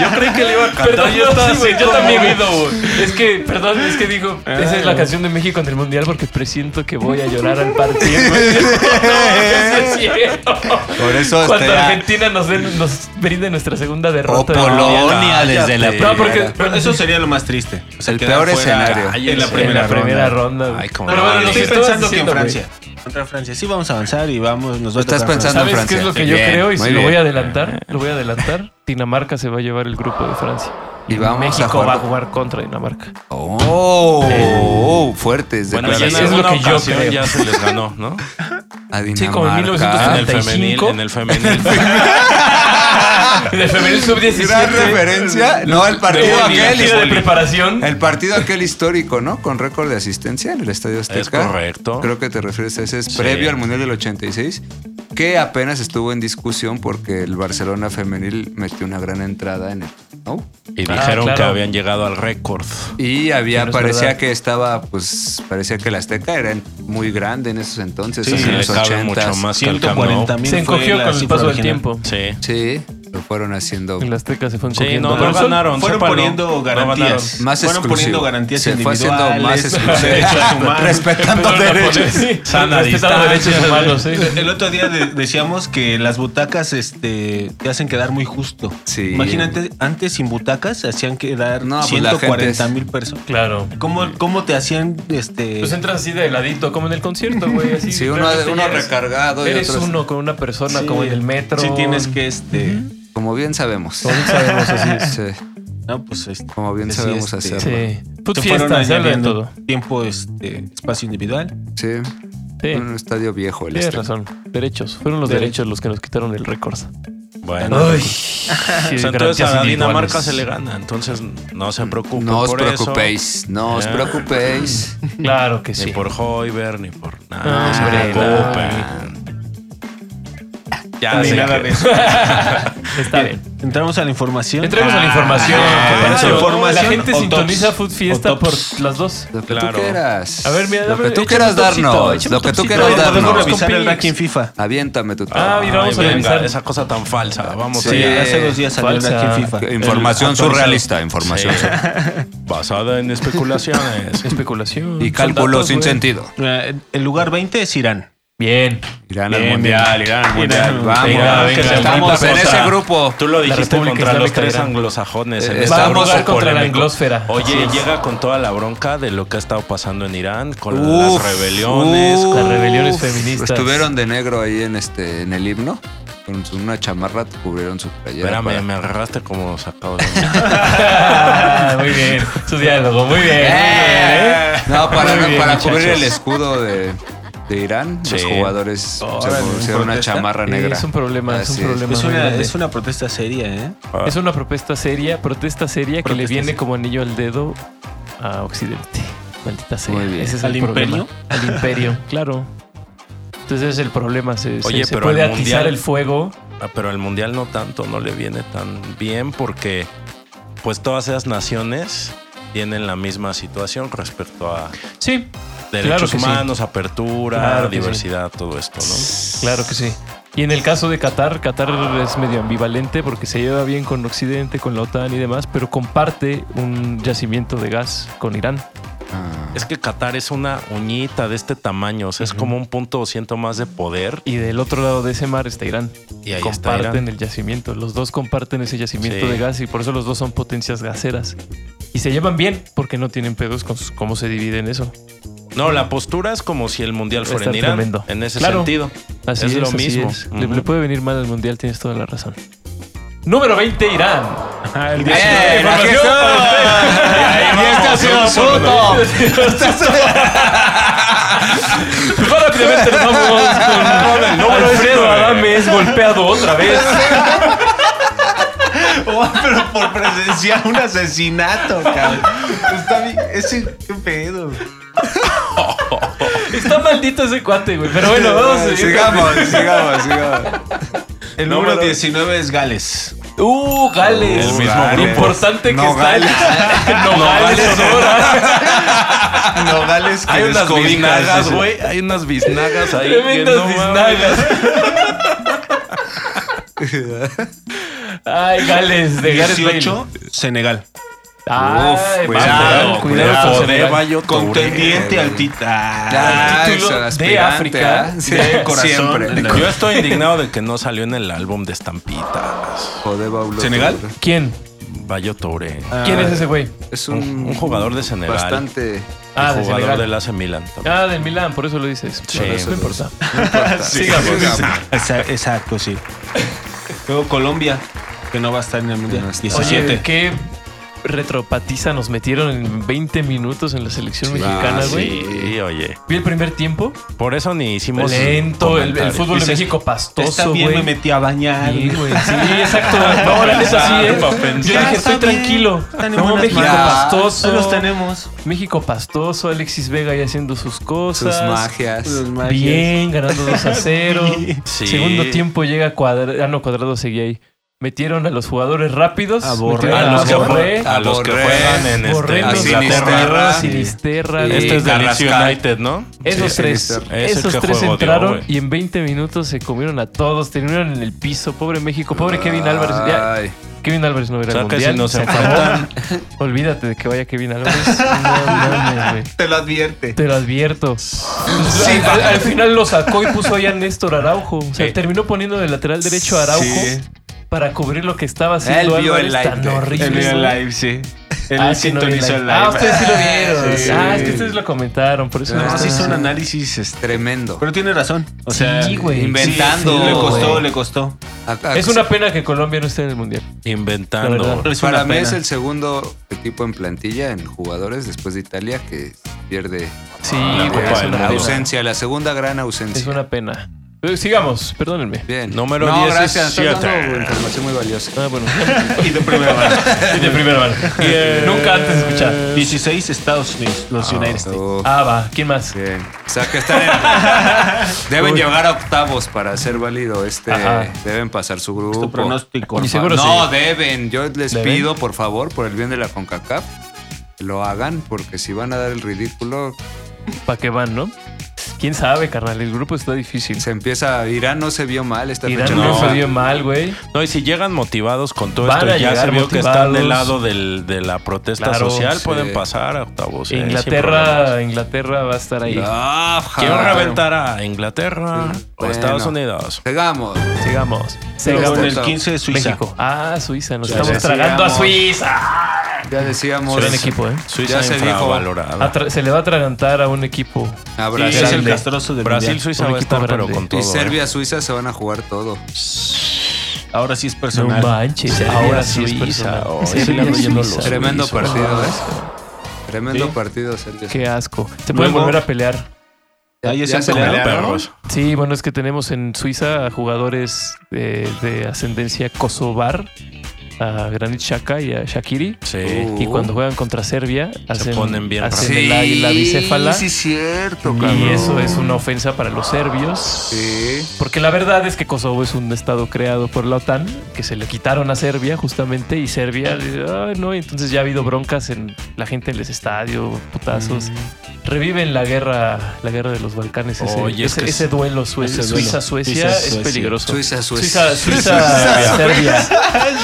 Speaker 1: Yo creí que le iba a cantar.
Speaker 2: Perdón, yo,
Speaker 1: estaba
Speaker 2: sí, güey,
Speaker 1: así
Speaker 2: yo
Speaker 1: como-
Speaker 2: también he ido, güey. Ah. Es que, perdón, es que dijo, esa es la canción de México en el Mundial porque presiento que voy a llorar al partido. no, eso es cierto.
Speaker 5: Por eso
Speaker 2: Cuando
Speaker 5: este,
Speaker 2: Argentina nos, den- nos brinde nuestra segunda derrota.
Speaker 5: O Polonia.
Speaker 7: Polonia desde la
Speaker 2: No, porque...
Speaker 6: Pero eso sería lo más triste. O sea,
Speaker 5: El
Speaker 6: quedar
Speaker 5: peor
Speaker 6: fuera
Speaker 5: escenario.
Speaker 6: En la
Speaker 2: en
Speaker 6: primera
Speaker 2: la primera ronda.
Speaker 1: Ay,
Speaker 2: güey.
Speaker 1: cómo
Speaker 2: Pero bueno,
Speaker 1: no,
Speaker 2: lo
Speaker 1: estoy
Speaker 2: que estabas diciendo, güey.
Speaker 6: Contra Francia. Sí, vamos a avanzar y vamos. Nos va a
Speaker 5: Estás
Speaker 6: tocar
Speaker 5: pensando
Speaker 2: ¿Sabes
Speaker 6: Francia.
Speaker 5: Francia.
Speaker 2: qué es lo que
Speaker 5: Sí,
Speaker 2: yo
Speaker 5: bien,
Speaker 2: creo? Y
Speaker 5: muy
Speaker 2: si lo voy
Speaker 5: bien.
Speaker 2: a adelantar, lo voy a adelantar. Dinamarca se va a llevar el grupo de Francia.
Speaker 5: Y vamos a
Speaker 2: México
Speaker 5: jugar-
Speaker 2: va a jugar contra Dinamarca.
Speaker 5: Oh, fuertes
Speaker 1: Bueno, ya en
Speaker 5: declaraciones.
Speaker 2: Eh, es lo
Speaker 1: alguna
Speaker 2: que yo
Speaker 1: ocasión
Speaker 2: creo.
Speaker 1: ya se les ganó, ¿no?
Speaker 5: a
Speaker 2: Sí, como en
Speaker 1: En
Speaker 5: Dinamarca.
Speaker 2: 1975.
Speaker 1: el femenil, en el femenil.
Speaker 2: Ah, De femenil sub-17.
Speaker 5: Gran referencia. No, el partido
Speaker 2: Hubo
Speaker 5: aquel.
Speaker 2: gira de preparación.
Speaker 5: El partido aquel histórico, ¿no? Con récord de asistencia en el Estadio Azteca.
Speaker 1: Es correcto.
Speaker 5: Creo que te refieres a ese. Es previo al Mundial del 86, que apenas estuvo en discusión porque el Barcelona femenil metió una gran entrada en el... ¿no?
Speaker 1: Y
Speaker 2: Ah,
Speaker 1: dijeron que
Speaker 2: claro.
Speaker 1: habían llegado al récord.
Speaker 5: Y había,
Speaker 2: Sí, no es
Speaker 5: parecía
Speaker 2: verdad.
Speaker 5: que estaba, pues, parecía que el Azteca era muy grande en esos entonces,
Speaker 1: Sí,
Speaker 5: así en
Speaker 1: le
Speaker 5: los
Speaker 1: cabe mucho
Speaker 5: 80.
Speaker 1: más que al Camp Nou.
Speaker 6: 140 mil.
Speaker 2: Se
Speaker 6: fue
Speaker 2: encogió
Speaker 6: la
Speaker 2: con el
Speaker 6: cifra
Speaker 2: paso del
Speaker 6: original.
Speaker 2: tiempo.
Speaker 1: Sí.
Speaker 5: Sí, lo fueron haciendo.
Speaker 2: El Azteca se fue
Speaker 1: Sí,
Speaker 2: encogiendo.
Speaker 1: no, no
Speaker 2: Pero son-
Speaker 1: ganaron.
Speaker 6: Fueron
Speaker 1: sépanlo.
Speaker 6: poniendo
Speaker 1: No
Speaker 6: garantías.
Speaker 5: Más
Speaker 6: fueron
Speaker 5: exclusivo.
Speaker 6: poniendo garantías
Speaker 5: Se fue haciendo
Speaker 6: individuales.
Speaker 5: más exclusivo.
Speaker 6: derechos humanos.
Speaker 5: Respetando
Speaker 2: Pero la
Speaker 5: derechos.
Speaker 2: ponen- sí,
Speaker 1: Sana
Speaker 2: respetando
Speaker 1: distancia.
Speaker 2: derechos humanos, sí.
Speaker 6: El otro día de- decíamos que las butacas este, te hacen quedar muy justo.
Speaker 5: Sí.
Speaker 6: Imagínate, antes sin butacas se hacían quedar
Speaker 5: No, pues la gente
Speaker 6: 140
Speaker 5: es-
Speaker 6: mil personas.
Speaker 2: Claro.
Speaker 6: ¿Cómo, ¿Cómo te hacían este?
Speaker 2: Pues entras así de ladito, como en el concierto, güey. Así
Speaker 5: Sí, uno,
Speaker 2: realmente
Speaker 5: uno
Speaker 2: ya eres-
Speaker 5: recargado y
Speaker 2: Eres
Speaker 5: otro.
Speaker 2: uno con una persona,
Speaker 6: Sí.
Speaker 2: como en el metro.
Speaker 6: Sí, tienes que este.
Speaker 5: Como bien sabemos.
Speaker 2: sabemos así.
Speaker 5: Sí,
Speaker 6: No, pues este.
Speaker 5: como bien
Speaker 6: Sí,
Speaker 5: sabemos
Speaker 6: este,
Speaker 5: hacerlo.
Speaker 2: Sí. Food
Speaker 6: se
Speaker 2: fiesta,
Speaker 6: fueron
Speaker 2: se habla de
Speaker 6: añadiendo
Speaker 2: todo.
Speaker 6: Tiempo, este, espacio individual.
Speaker 5: Sí.
Speaker 2: Sí.
Speaker 5: Un estadio viejo el
Speaker 2: Tienes
Speaker 5: Azteca.
Speaker 2: razón. Derechos. Fueron los
Speaker 6: Dere-
Speaker 2: derechos los que nos quitaron el récord.
Speaker 1: Bueno.
Speaker 2: Sí,
Speaker 1: O sea, entonces
Speaker 2: garantías
Speaker 1: a
Speaker 2: individuales.
Speaker 1: Dinamarca se le gana, entonces no se preocupen
Speaker 5: No os
Speaker 1: por eso,
Speaker 5: preocupéis, no os
Speaker 1: Ah.
Speaker 5: preocupéis.
Speaker 2: Claro que
Speaker 1: ni
Speaker 2: sí.
Speaker 1: por Hoiber, ni por nada.
Speaker 2: Ah,
Speaker 1: no se
Speaker 2: hombre,
Speaker 1: preocupen. Ya
Speaker 6: Ni
Speaker 1: sé
Speaker 6: nada
Speaker 1: que-
Speaker 6: de eso.
Speaker 2: Está bien.
Speaker 6: Entramos a la información.
Speaker 2: Entremos a la información.
Speaker 1: ah,
Speaker 2: que
Speaker 1: ah,
Speaker 2: para
Speaker 1: ah,
Speaker 2: eso,
Speaker 6: información
Speaker 2: La gente
Speaker 6: o
Speaker 2: sintoniza
Speaker 6: tops.
Speaker 2: Food Fiesta
Speaker 6: O
Speaker 2: por
Speaker 6: tops.
Speaker 2: las dos.
Speaker 5: Lo que
Speaker 1: Claro.
Speaker 5: tú quieras.
Speaker 2: A ver, mira,
Speaker 5: Lo
Speaker 2: dame-
Speaker 5: que tú
Speaker 2: échame
Speaker 5: quieras
Speaker 2: un topcito,
Speaker 5: darnos.
Speaker 2: échame
Speaker 5: Lo
Speaker 2: un
Speaker 5: que tú
Speaker 2: topcito.
Speaker 5: quieras
Speaker 2: Podemos
Speaker 6: Podemos
Speaker 5: darnos.
Speaker 6: revisar el
Speaker 2: Compix.
Speaker 6: ranking FIFA.
Speaker 5: Aviéntame tu
Speaker 2: Ah, mira, vamos a
Speaker 1: venga,
Speaker 2: revisar.
Speaker 1: esa cosa tan falsa. Vamos
Speaker 5: Sí.
Speaker 1: a
Speaker 6: Hace dos días salió el
Speaker 2: Falsa.
Speaker 6: ranking FIFA.
Speaker 5: Información
Speaker 1: El
Speaker 5: surrealista,
Speaker 1: catorce.
Speaker 5: información.
Speaker 1: Sí.
Speaker 5: surrealista.
Speaker 1: basada en especulaciones.
Speaker 2: Especulación.
Speaker 5: Y
Speaker 2: Son
Speaker 5: cálculos
Speaker 2: datos,
Speaker 5: sin
Speaker 2: güey.
Speaker 5: sentido.
Speaker 6: Eh, El lugar 20 es Irán.
Speaker 2: Bien.
Speaker 5: Irán al
Speaker 6: Bien,
Speaker 5: mundial, Irán al mundial.
Speaker 6: Irán.
Speaker 5: Vamos,
Speaker 1: Venga,
Speaker 5: que
Speaker 1: venga,
Speaker 5: estamos
Speaker 1: muy
Speaker 5: en
Speaker 1: famosa.
Speaker 5: ese grupo.
Speaker 1: Tú lo
Speaker 2: La
Speaker 1: dijiste
Speaker 2: República
Speaker 1: contra los
Speaker 2: Islámica
Speaker 1: tres
Speaker 2: de Irán.
Speaker 1: anglosajones. en
Speaker 5: Eh,
Speaker 1: este
Speaker 5: va a
Speaker 1: grupo
Speaker 5: jugar
Speaker 2: contra la
Speaker 1: polémico.
Speaker 2: anglosfera. Así
Speaker 1: Oye,
Speaker 2: es.
Speaker 1: llega con toda la bronca de lo que ha estado pasando en Irán, con
Speaker 5: Uf,
Speaker 1: las rebeliones.
Speaker 5: uf.
Speaker 1: con-
Speaker 2: Las rebeliones feministas.
Speaker 5: Estuvieron de negro ahí en este en el himno. Con su- una chamarra cubrieron su playera.
Speaker 1: Espérame,
Speaker 5: para-
Speaker 1: me agarraste como sacado de
Speaker 2: muy bien. Su diálogo. Muy bien. muy bien, ¿eh?
Speaker 5: No, para,
Speaker 2: Muy bien,
Speaker 5: para
Speaker 2: muchachos.
Speaker 5: cubrir el escudo de, de Irán, los
Speaker 1: Sí.
Speaker 5: jugadores se pusieron una
Speaker 6: ¿protesta?
Speaker 5: chamarra negra.
Speaker 2: Es un problema, es
Speaker 5: Así
Speaker 2: un
Speaker 5: es.
Speaker 2: problema.
Speaker 6: Es
Speaker 2: muy
Speaker 6: una,
Speaker 2: grande.
Speaker 6: es una protesta seria, ¿eh?
Speaker 2: Es una propuesta seria, protesta seria que le
Speaker 6: Protesta
Speaker 2: viene
Speaker 6: seria.
Speaker 2: como anillo al dedo a Occidente. Maldita sea.
Speaker 5: Muy bien.
Speaker 2: Ese es
Speaker 6: ¿Al
Speaker 2: el problema.
Speaker 6: imperio?
Speaker 2: Al imperio, claro. Entonces ese es el problema. Se, se-
Speaker 1: Oye,
Speaker 2: se
Speaker 1: pero
Speaker 2: puede
Speaker 1: al
Speaker 2: atizar
Speaker 1: mundial-
Speaker 2: el fuego.
Speaker 1: Ah, pero al mundial no tanto, no le viene tan bien porque pues todas esas naciones tienen la misma situación respecto a
Speaker 2: Sí,
Speaker 1: derechos
Speaker 2: que sí.
Speaker 1: humanos, apertura,
Speaker 2: Claro que sí.
Speaker 1: diversidad, todo esto, ¿no?
Speaker 2: claro que sí. Y en el caso de Qatar, Qatar es medio ambivalente porque se lleva bien con Occidente, con la OTAN y demás, pero comparte un yacimiento de gas con Irán.
Speaker 5: Ah,
Speaker 1: Es que Qatar es una uñita de este tamaño, o sea, es como un punto o ciento más de poder
Speaker 2: Y del otro lado de ese mar está Irán.
Speaker 1: y ahí está
Speaker 2: comparten
Speaker 1: Irán.
Speaker 2: el yacimiento. Los dos comparten ese yacimiento
Speaker 1: Sí.
Speaker 2: de gas y por eso los dos son potencias gaseras. Y se llevan bien porque no tienen pedos con sus- cómo se dividen eso.
Speaker 1: No, la postura es como si el mundial fuera
Speaker 2: Está
Speaker 1: en Irán,
Speaker 2: tremendo.
Speaker 1: en ese
Speaker 2: Claro.
Speaker 1: sentido.
Speaker 2: Así es,
Speaker 1: Es lo
Speaker 2: así
Speaker 1: mismo.
Speaker 2: es. Le,
Speaker 1: Ujú.
Speaker 2: le puede venir mal al mundial, tienes toda la razón. Número 20, Irán.
Speaker 6: el
Speaker 5: ¡Eh, aquí está! ¡Y este ha sido fruto!
Speaker 2: Rápidamente nos vamos con Alfredo Adame es golpeado otra vez.
Speaker 5: Oh,
Speaker 6: pero por presenciar un asesinato, cabrón. Está bien. Ese, qué pedo.
Speaker 2: Está maldito ese cuate, güey. Pero bueno, vamos a seguir.
Speaker 5: Sigamos, sigamos, sigamos.
Speaker 6: El número 19 es Gales.
Speaker 2: Uh, Gales.
Speaker 1: El mismo
Speaker 2: Lo
Speaker 1: grupo.
Speaker 2: importante que está
Speaker 5: Nogales.
Speaker 2: No Nogales, Sonora.
Speaker 6: No, Gales que
Speaker 1: Hay unas
Speaker 6: descobijas,
Speaker 1: biznagas,
Speaker 6: dice.
Speaker 1: güey. Hay unas biznagas ahí. que
Speaker 2: Tremendas
Speaker 1: no mames.
Speaker 2: biznagas. Ay, Gales, de Gales
Speaker 6: 18, Senegal.
Speaker 2: Ay,
Speaker 5: Uf,
Speaker 2: cuidado,
Speaker 5: cuidado,
Speaker 2: cuidado con
Speaker 1: Joder,
Speaker 2: Senegal.
Speaker 1: vaya
Speaker 6: Contendiente
Speaker 5: güey.
Speaker 6: al Ah, tita.
Speaker 5: Ya,
Speaker 2: título
Speaker 5: eso,
Speaker 2: de
Speaker 5: Ah, aspirante,
Speaker 2: África,
Speaker 5: ¿ah?
Speaker 2: de
Speaker 5: Sí,
Speaker 6: corazón.
Speaker 5: Siempre.
Speaker 1: Yo estoy indignado de que no salió en el álbum de estampitas.
Speaker 5: Joder, Baulo.
Speaker 6: ¿Senegal?
Speaker 2: ¿Quién?
Speaker 1: Bayo Touré.
Speaker 2: ¿Quién es ese güey?
Speaker 5: Es
Speaker 1: Un,
Speaker 5: un,
Speaker 1: un jugador de Senegal.
Speaker 5: Bastante.
Speaker 2: Ah, de
Speaker 1: jugador
Speaker 2: Senegal.
Speaker 1: del AC Milan. también.
Speaker 2: Ah, del Milán, por eso lo dices.
Speaker 1: Sí,
Speaker 2: Por
Speaker 1: por eso
Speaker 2: eso no
Speaker 5: lo
Speaker 6: pues,
Speaker 2: importa.
Speaker 5: Sigamos.
Speaker 6: Esa- Exacto, sí. Luego Colombia, que no va a estar en el mundial.
Speaker 5: No está.
Speaker 6: 17.
Speaker 2: Oye, qué retropatiza nos metieron en 20 minutos en la selección
Speaker 5: Sí.
Speaker 2: mexicana,
Speaker 5: Ah,
Speaker 2: güey.
Speaker 1: Sí, oye.
Speaker 2: Vi el primer tiempo.
Speaker 1: Por eso ni hicimos.
Speaker 2: Lento, el, el
Speaker 1: comentarios.
Speaker 2: fútbol de
Speaker 6: Dices,
Speaker 2: México
Speaker 6: Está
Speaker 2: pastoso,
Speaker 6: bien,
Speaker 2: güey.
Speaker 6: me metí a bañar.
Speaker 2: Sí, güey, sí, exacto. No, la neta sí, ¿eh?
Speaker 1: Pa'
Speaker 2: Yo
Speaker 1: pensar.
Speaker 2: dije,
Speaker 6: está
Speaker 2: estoy
Speaker 6: bien.
Speaker 2: tranquilo.
Speaker 6: Están en
Speaker 2: No,
Speaker 6: buenas
Speaker 2: México
Speaker 5: manos.
Speaker 6: Ahí los
Speaker 2: pastoso.
Speaker 6: tenemos.
Speaker 2: México pastoso, Alexis Vega ya haciendo sus
Speaker 5: Sus
Speaker 2: cosas. pues,
Speaker 5: magias.
Speaker 6: Los magias.
Speaker 2: Bien, ganando 2 a 0.
Speaker 1: Sí.
Speaker 2: Segundo tiempo llega Cuadrado. Ah, no, Cuadrado seguía ahí. Metieron a los jugadores rápidos.
Speaker 6: A Borré.
Speaker 2: metieron
Speaker 1: A los, que,
Speaker 5: Ah,
Speaker 2: Borré.
Speaker 1: a los que
Speaker 5: Borré.
Speaker 1: juegan en este,
Speaker 2: Borré,
Speaker 1: en
Speaker 5: a
Speaker 2: los-
Speaker 1: Inglaterra.
Speaker 5: Sinisterra.
Speaker 2: Sinisterra.
Speaker 5: Sí.
Speaker 1: Este es de Leeds
Speaker 5: Carrascal.
Speaker 1: United, ¿no?
Speaker 2: Esos
Speaker 5: Sí,
Speaker 2: tres,
Speaker 5: Sinisterra.
Speaker 1: Es el
Speaker 2: esos
Speaker 1: que
Speaker 2: tres
Speaker 1: juego dio,
Speaker 2: entraron
Speaker 1: güey.
Speaker 2: y en 20 minutos se comieron a todos, terminaron en el piso. Pobre México,
Speaker 5: Ah.
Speaker 2: pobre Kevin Álvarez. Ya,
Speaker 5: Ay,
Speaker 2: Kevin Álvarez no
Speaker 1: O
Speaker 2: era
Speaker 1: sea,
Speaker 2: el
Speaker 1: que
Speaker 2: mundial.
Speaker 1: si nos
Speaker 2: se acabó.
Speaker 1: enfrentan.
Speaker 2: Olvídate de que vaya Kevin Álvarez. No, mames, güey.
Speaker 6: Te lo advierte.
Speaker 2: Te lo advierto. al, al- al final lo sacó y puso ahí a Néstor Araujo. O
Speaker 6: Eh,
Speaker 2: sea,
Speaker 1: Sí.
Speaker 2: terminó poniendo de lateral derecho a Araujo
Speaker 5: Sí.
Speaker 2: para cubrir lo que estaba haciendo
Speaker 5: Él vio
Speaker 2: Álvarez
Speaker 5: el live,
Speaker 2: tan
Speaker 5: güey.
Speaker 2: horrible.
Speaker 6: Él vio el
Speaker 2: güey.
Speaker 6: live, sí. Él
Speaker 2: Ah, sí, no vi el
Speaker 6: sintonizó el
Speaker 2: live.
Speaker 6: live.
Speaker 2: Ah, ustedes sí lo vieron.
Speaker 5: Sí.
Speaker 2: Ah, es que ustedes lo comentaron, por eso
Speaker 5: Ah,
Speaker 2: no
Speaker 6: No,
Speaker 2: están
Speaker 6: sí hizo un
Speaker 2: haciendo-
Speaker 6: análisis. este,
Speaker 5: tremendo.
Speaker 6: Pero tiene razón. O sea,
Speaker 2: Sí, güey.
Speaker 5: inventando.
Speaker 6: sí, le costó,
Speaker 5: güey.
Speaker 6: le costó. Ah,
Speaker 5: Acá-
Speaker 2: Es una pena que Colombia no esté en el mundial. La
Speaker 1: Inventando.
Speaker 2: verdad.
Speaker 6: Es
Speaker 5: Para
Speaker 6: una
Speaker 5: mí
Speaker 6: pena.
Speaker 5: es el segundo equipo en plantilla en jugadores después de Italia que pierde
Speaker 2: Sí,
Speaker 1: La
Speaker 2: güey,
Speaker 1: Copa
Speaker 2: es
Speaker 1: del
Speaker 2: una
Speaker 1: Mundo.
Speaker 2: pena.
Speaker 5: Ausencia, Ah, la segunda gran
Speaker 2: Es
Speaker 5: ausencia.
Speaker 2: una pena. Eh, Sigamos, perdónenme.
Speaker 5: Bien.
Speaker 1: Número
Speaker 5: no,
Speaker 1: 17.
Speaker 5: gracias. Estás dando información muy valiosa.
Speaker 2: Ah, bueno. y de primera mano. Y de primera mano. Nunca antes escuchar.
Speaker 6: 16 Estados Unidos, los United States.
Speaker 5: Oh,
Speaker 2: Ah, va. ¿Quién más?
Speaker 5: bien. O sea, que están en- deben llegar a octavos para ser válido este.
Speaker 2: Ajá.
Speaker 5: Deben pasar su grupo.
Speaker 6: Tu
Speaker 2: Y
Speaker 6: pronóstico. Rafa.
Speaker 2: seguro-
Speaker 5: no,
Speaker 2: sí.
Speaker 5: deben. Yo les
Speaker 2: ¿Deben?
Speaker 5: pido, por favor, por el bien de la CONCACAF, que lo hagan, porque si van a dar el ridículo,
Speaker 2: ¿Para qué van, no? ¿Quién sabe, carnal? El grupo está difícil.
Speaker 5: se empieza. Irán no se vio mal esta
Speaker 2: Irán
Speaker 5: fecha.
Speaker 1: no.
Speaker 2: no se dio mal, güey.
Speaker 1: No, y si llegan motivados con todo
Speaker 2: Van a
Speaker 1: esto, ya
Speaker 2: llegar
Speaker 1: se vio que están
Speaker 2: motivados.
Speaker 1: del lado del- de la protesta
Speaker 2: Claro,
Speaker 1: social,
Speaker 5: sí.
Speaker 1: pueden pasar a octavos. eh, sin problemas.
Speaker 2: Inglaterra, Inglaterra va a estar ahí.
Speaker 5: Ah,
Speaker 1: Quiero
Speaker 5: ja,
Speaker 1: reventar a Inglaterra
Speaker 5: Sí.
Speaker 1: o
Speaker 5: Bueno.
Speaker 1: Estados Unidos.
Speaker 5: Sigamos.
Speaker 2: Sigamos.
Speaker 6: Luego
Speaker 2: Sigamos.
Speaker 6: en el 15 de Suiza.
Speaker 2: México. Ah, Suiza. Nos
Speaker 5: Ya
Speaker 2: estamos
Speaker 5: decíamos.
Speaker 2: tragando a Suiza.
Speaker 5: Ya decíamos.
Speaker 2: Gran equipo, ¿eh?
Speaker 1: Suiza
Speaker 5: Ya se dijo.
Speaker 1: infravalorada.
Speaker 2: Atra- se le va a atragantar a un equipo.
Speaker 5: a
Speaker 6: Sí,
Speaker 5: Brasil.
Speaker 6: es el
Speaker 2: Grande.
Speaker 6: castroso del
Speaker 1: Brasil,
Speaker 6: mundial.
Speaker 1: Suiza
Speaker 2: Un
Speaker 1: va a
Speaker 2: equipo
Speaker 1: estar, pero
Speaker 2: grande.
Speaker 1: con todo.
Speaker 5: Y
Speaker 1: ¿eh?
Speaker 5: Serbia, Suiza se van a jugar todo.
Speaker 6: Ahora sí es
Speaker 2: No
Speaker 6: personal.
Speaker 2: manches.
Speaker 1: Serbia,
Speaker 2: ahora sí es
Speaker 1: Suiza,
Speaker 2: personal.
Speaker 1: hoy sí
Speaker 2: Serbia,
Speaker 1: le andan yendo
Speaker 2: Suiza.
Speaker 1: los
Speaker 5: Tremendo
Speaker 1: suizos.
Speaker 5: partido, ¿eh? Tremendo
Speaker 6: Sí.
Speaker 5: partido, Serbia.
Speaker 2: Qué asco. Se pueden
Speaker 6: Luego-
Speaker 2: volver a pelear.
Speaker 6: Ah, ya
Speaker 5: Ya
Speaker 6: se
Speaker 5: se
Speaker 6: pelearon.
Speaker 5: pelearon.
Speaker 1: Perros.
Speaker 2: Sí, bueno, es que tenemos en Suiza a jugadores de, de ascendencia kosovar, a Granit Xhaka y a Shakiri.
Speaker 1: Sí.
Speaker 5: Uh.
Speaker 2: Y cuando juegan contra Serbia, hacen,
Speaker 1: ponen bien
Speaker 2: hacen
Speaker 1: bravos.
Speaker 2: el águila bicéfala.
Speaker 5: Sí, cierto,
Speaker 2: y eso es una ofensa para los serbios.
Speaker 5: Sí.
Speaker 2: Porque la verdad es que Kosovo es un estado creado por la OTAN, que se le quitaron a Serbia justamente, y Serbia, ay, no, entonces ya ha habido broncas en la gente en los estadios, putazos.
Speaker 1: Mm.
Speaker 2: Reviven la guerra, la guerra de los Balcanes, ese,
Speaker 1: Oye, es
Speaker 2: ese-
Speaker 1: que
Speaker 2: ese duelo, sue-
Speaker 6: ese duelo.
Speaker 2: Suiza-Suecia
Speaker 6: Suiza,
Speaker 2: es
Speaker 6: Suecia.
Speaker 2: peligroso.
Speaker 5: Suiza, Suiza.
Speaker 2: Suiza, Suiza, Serbia.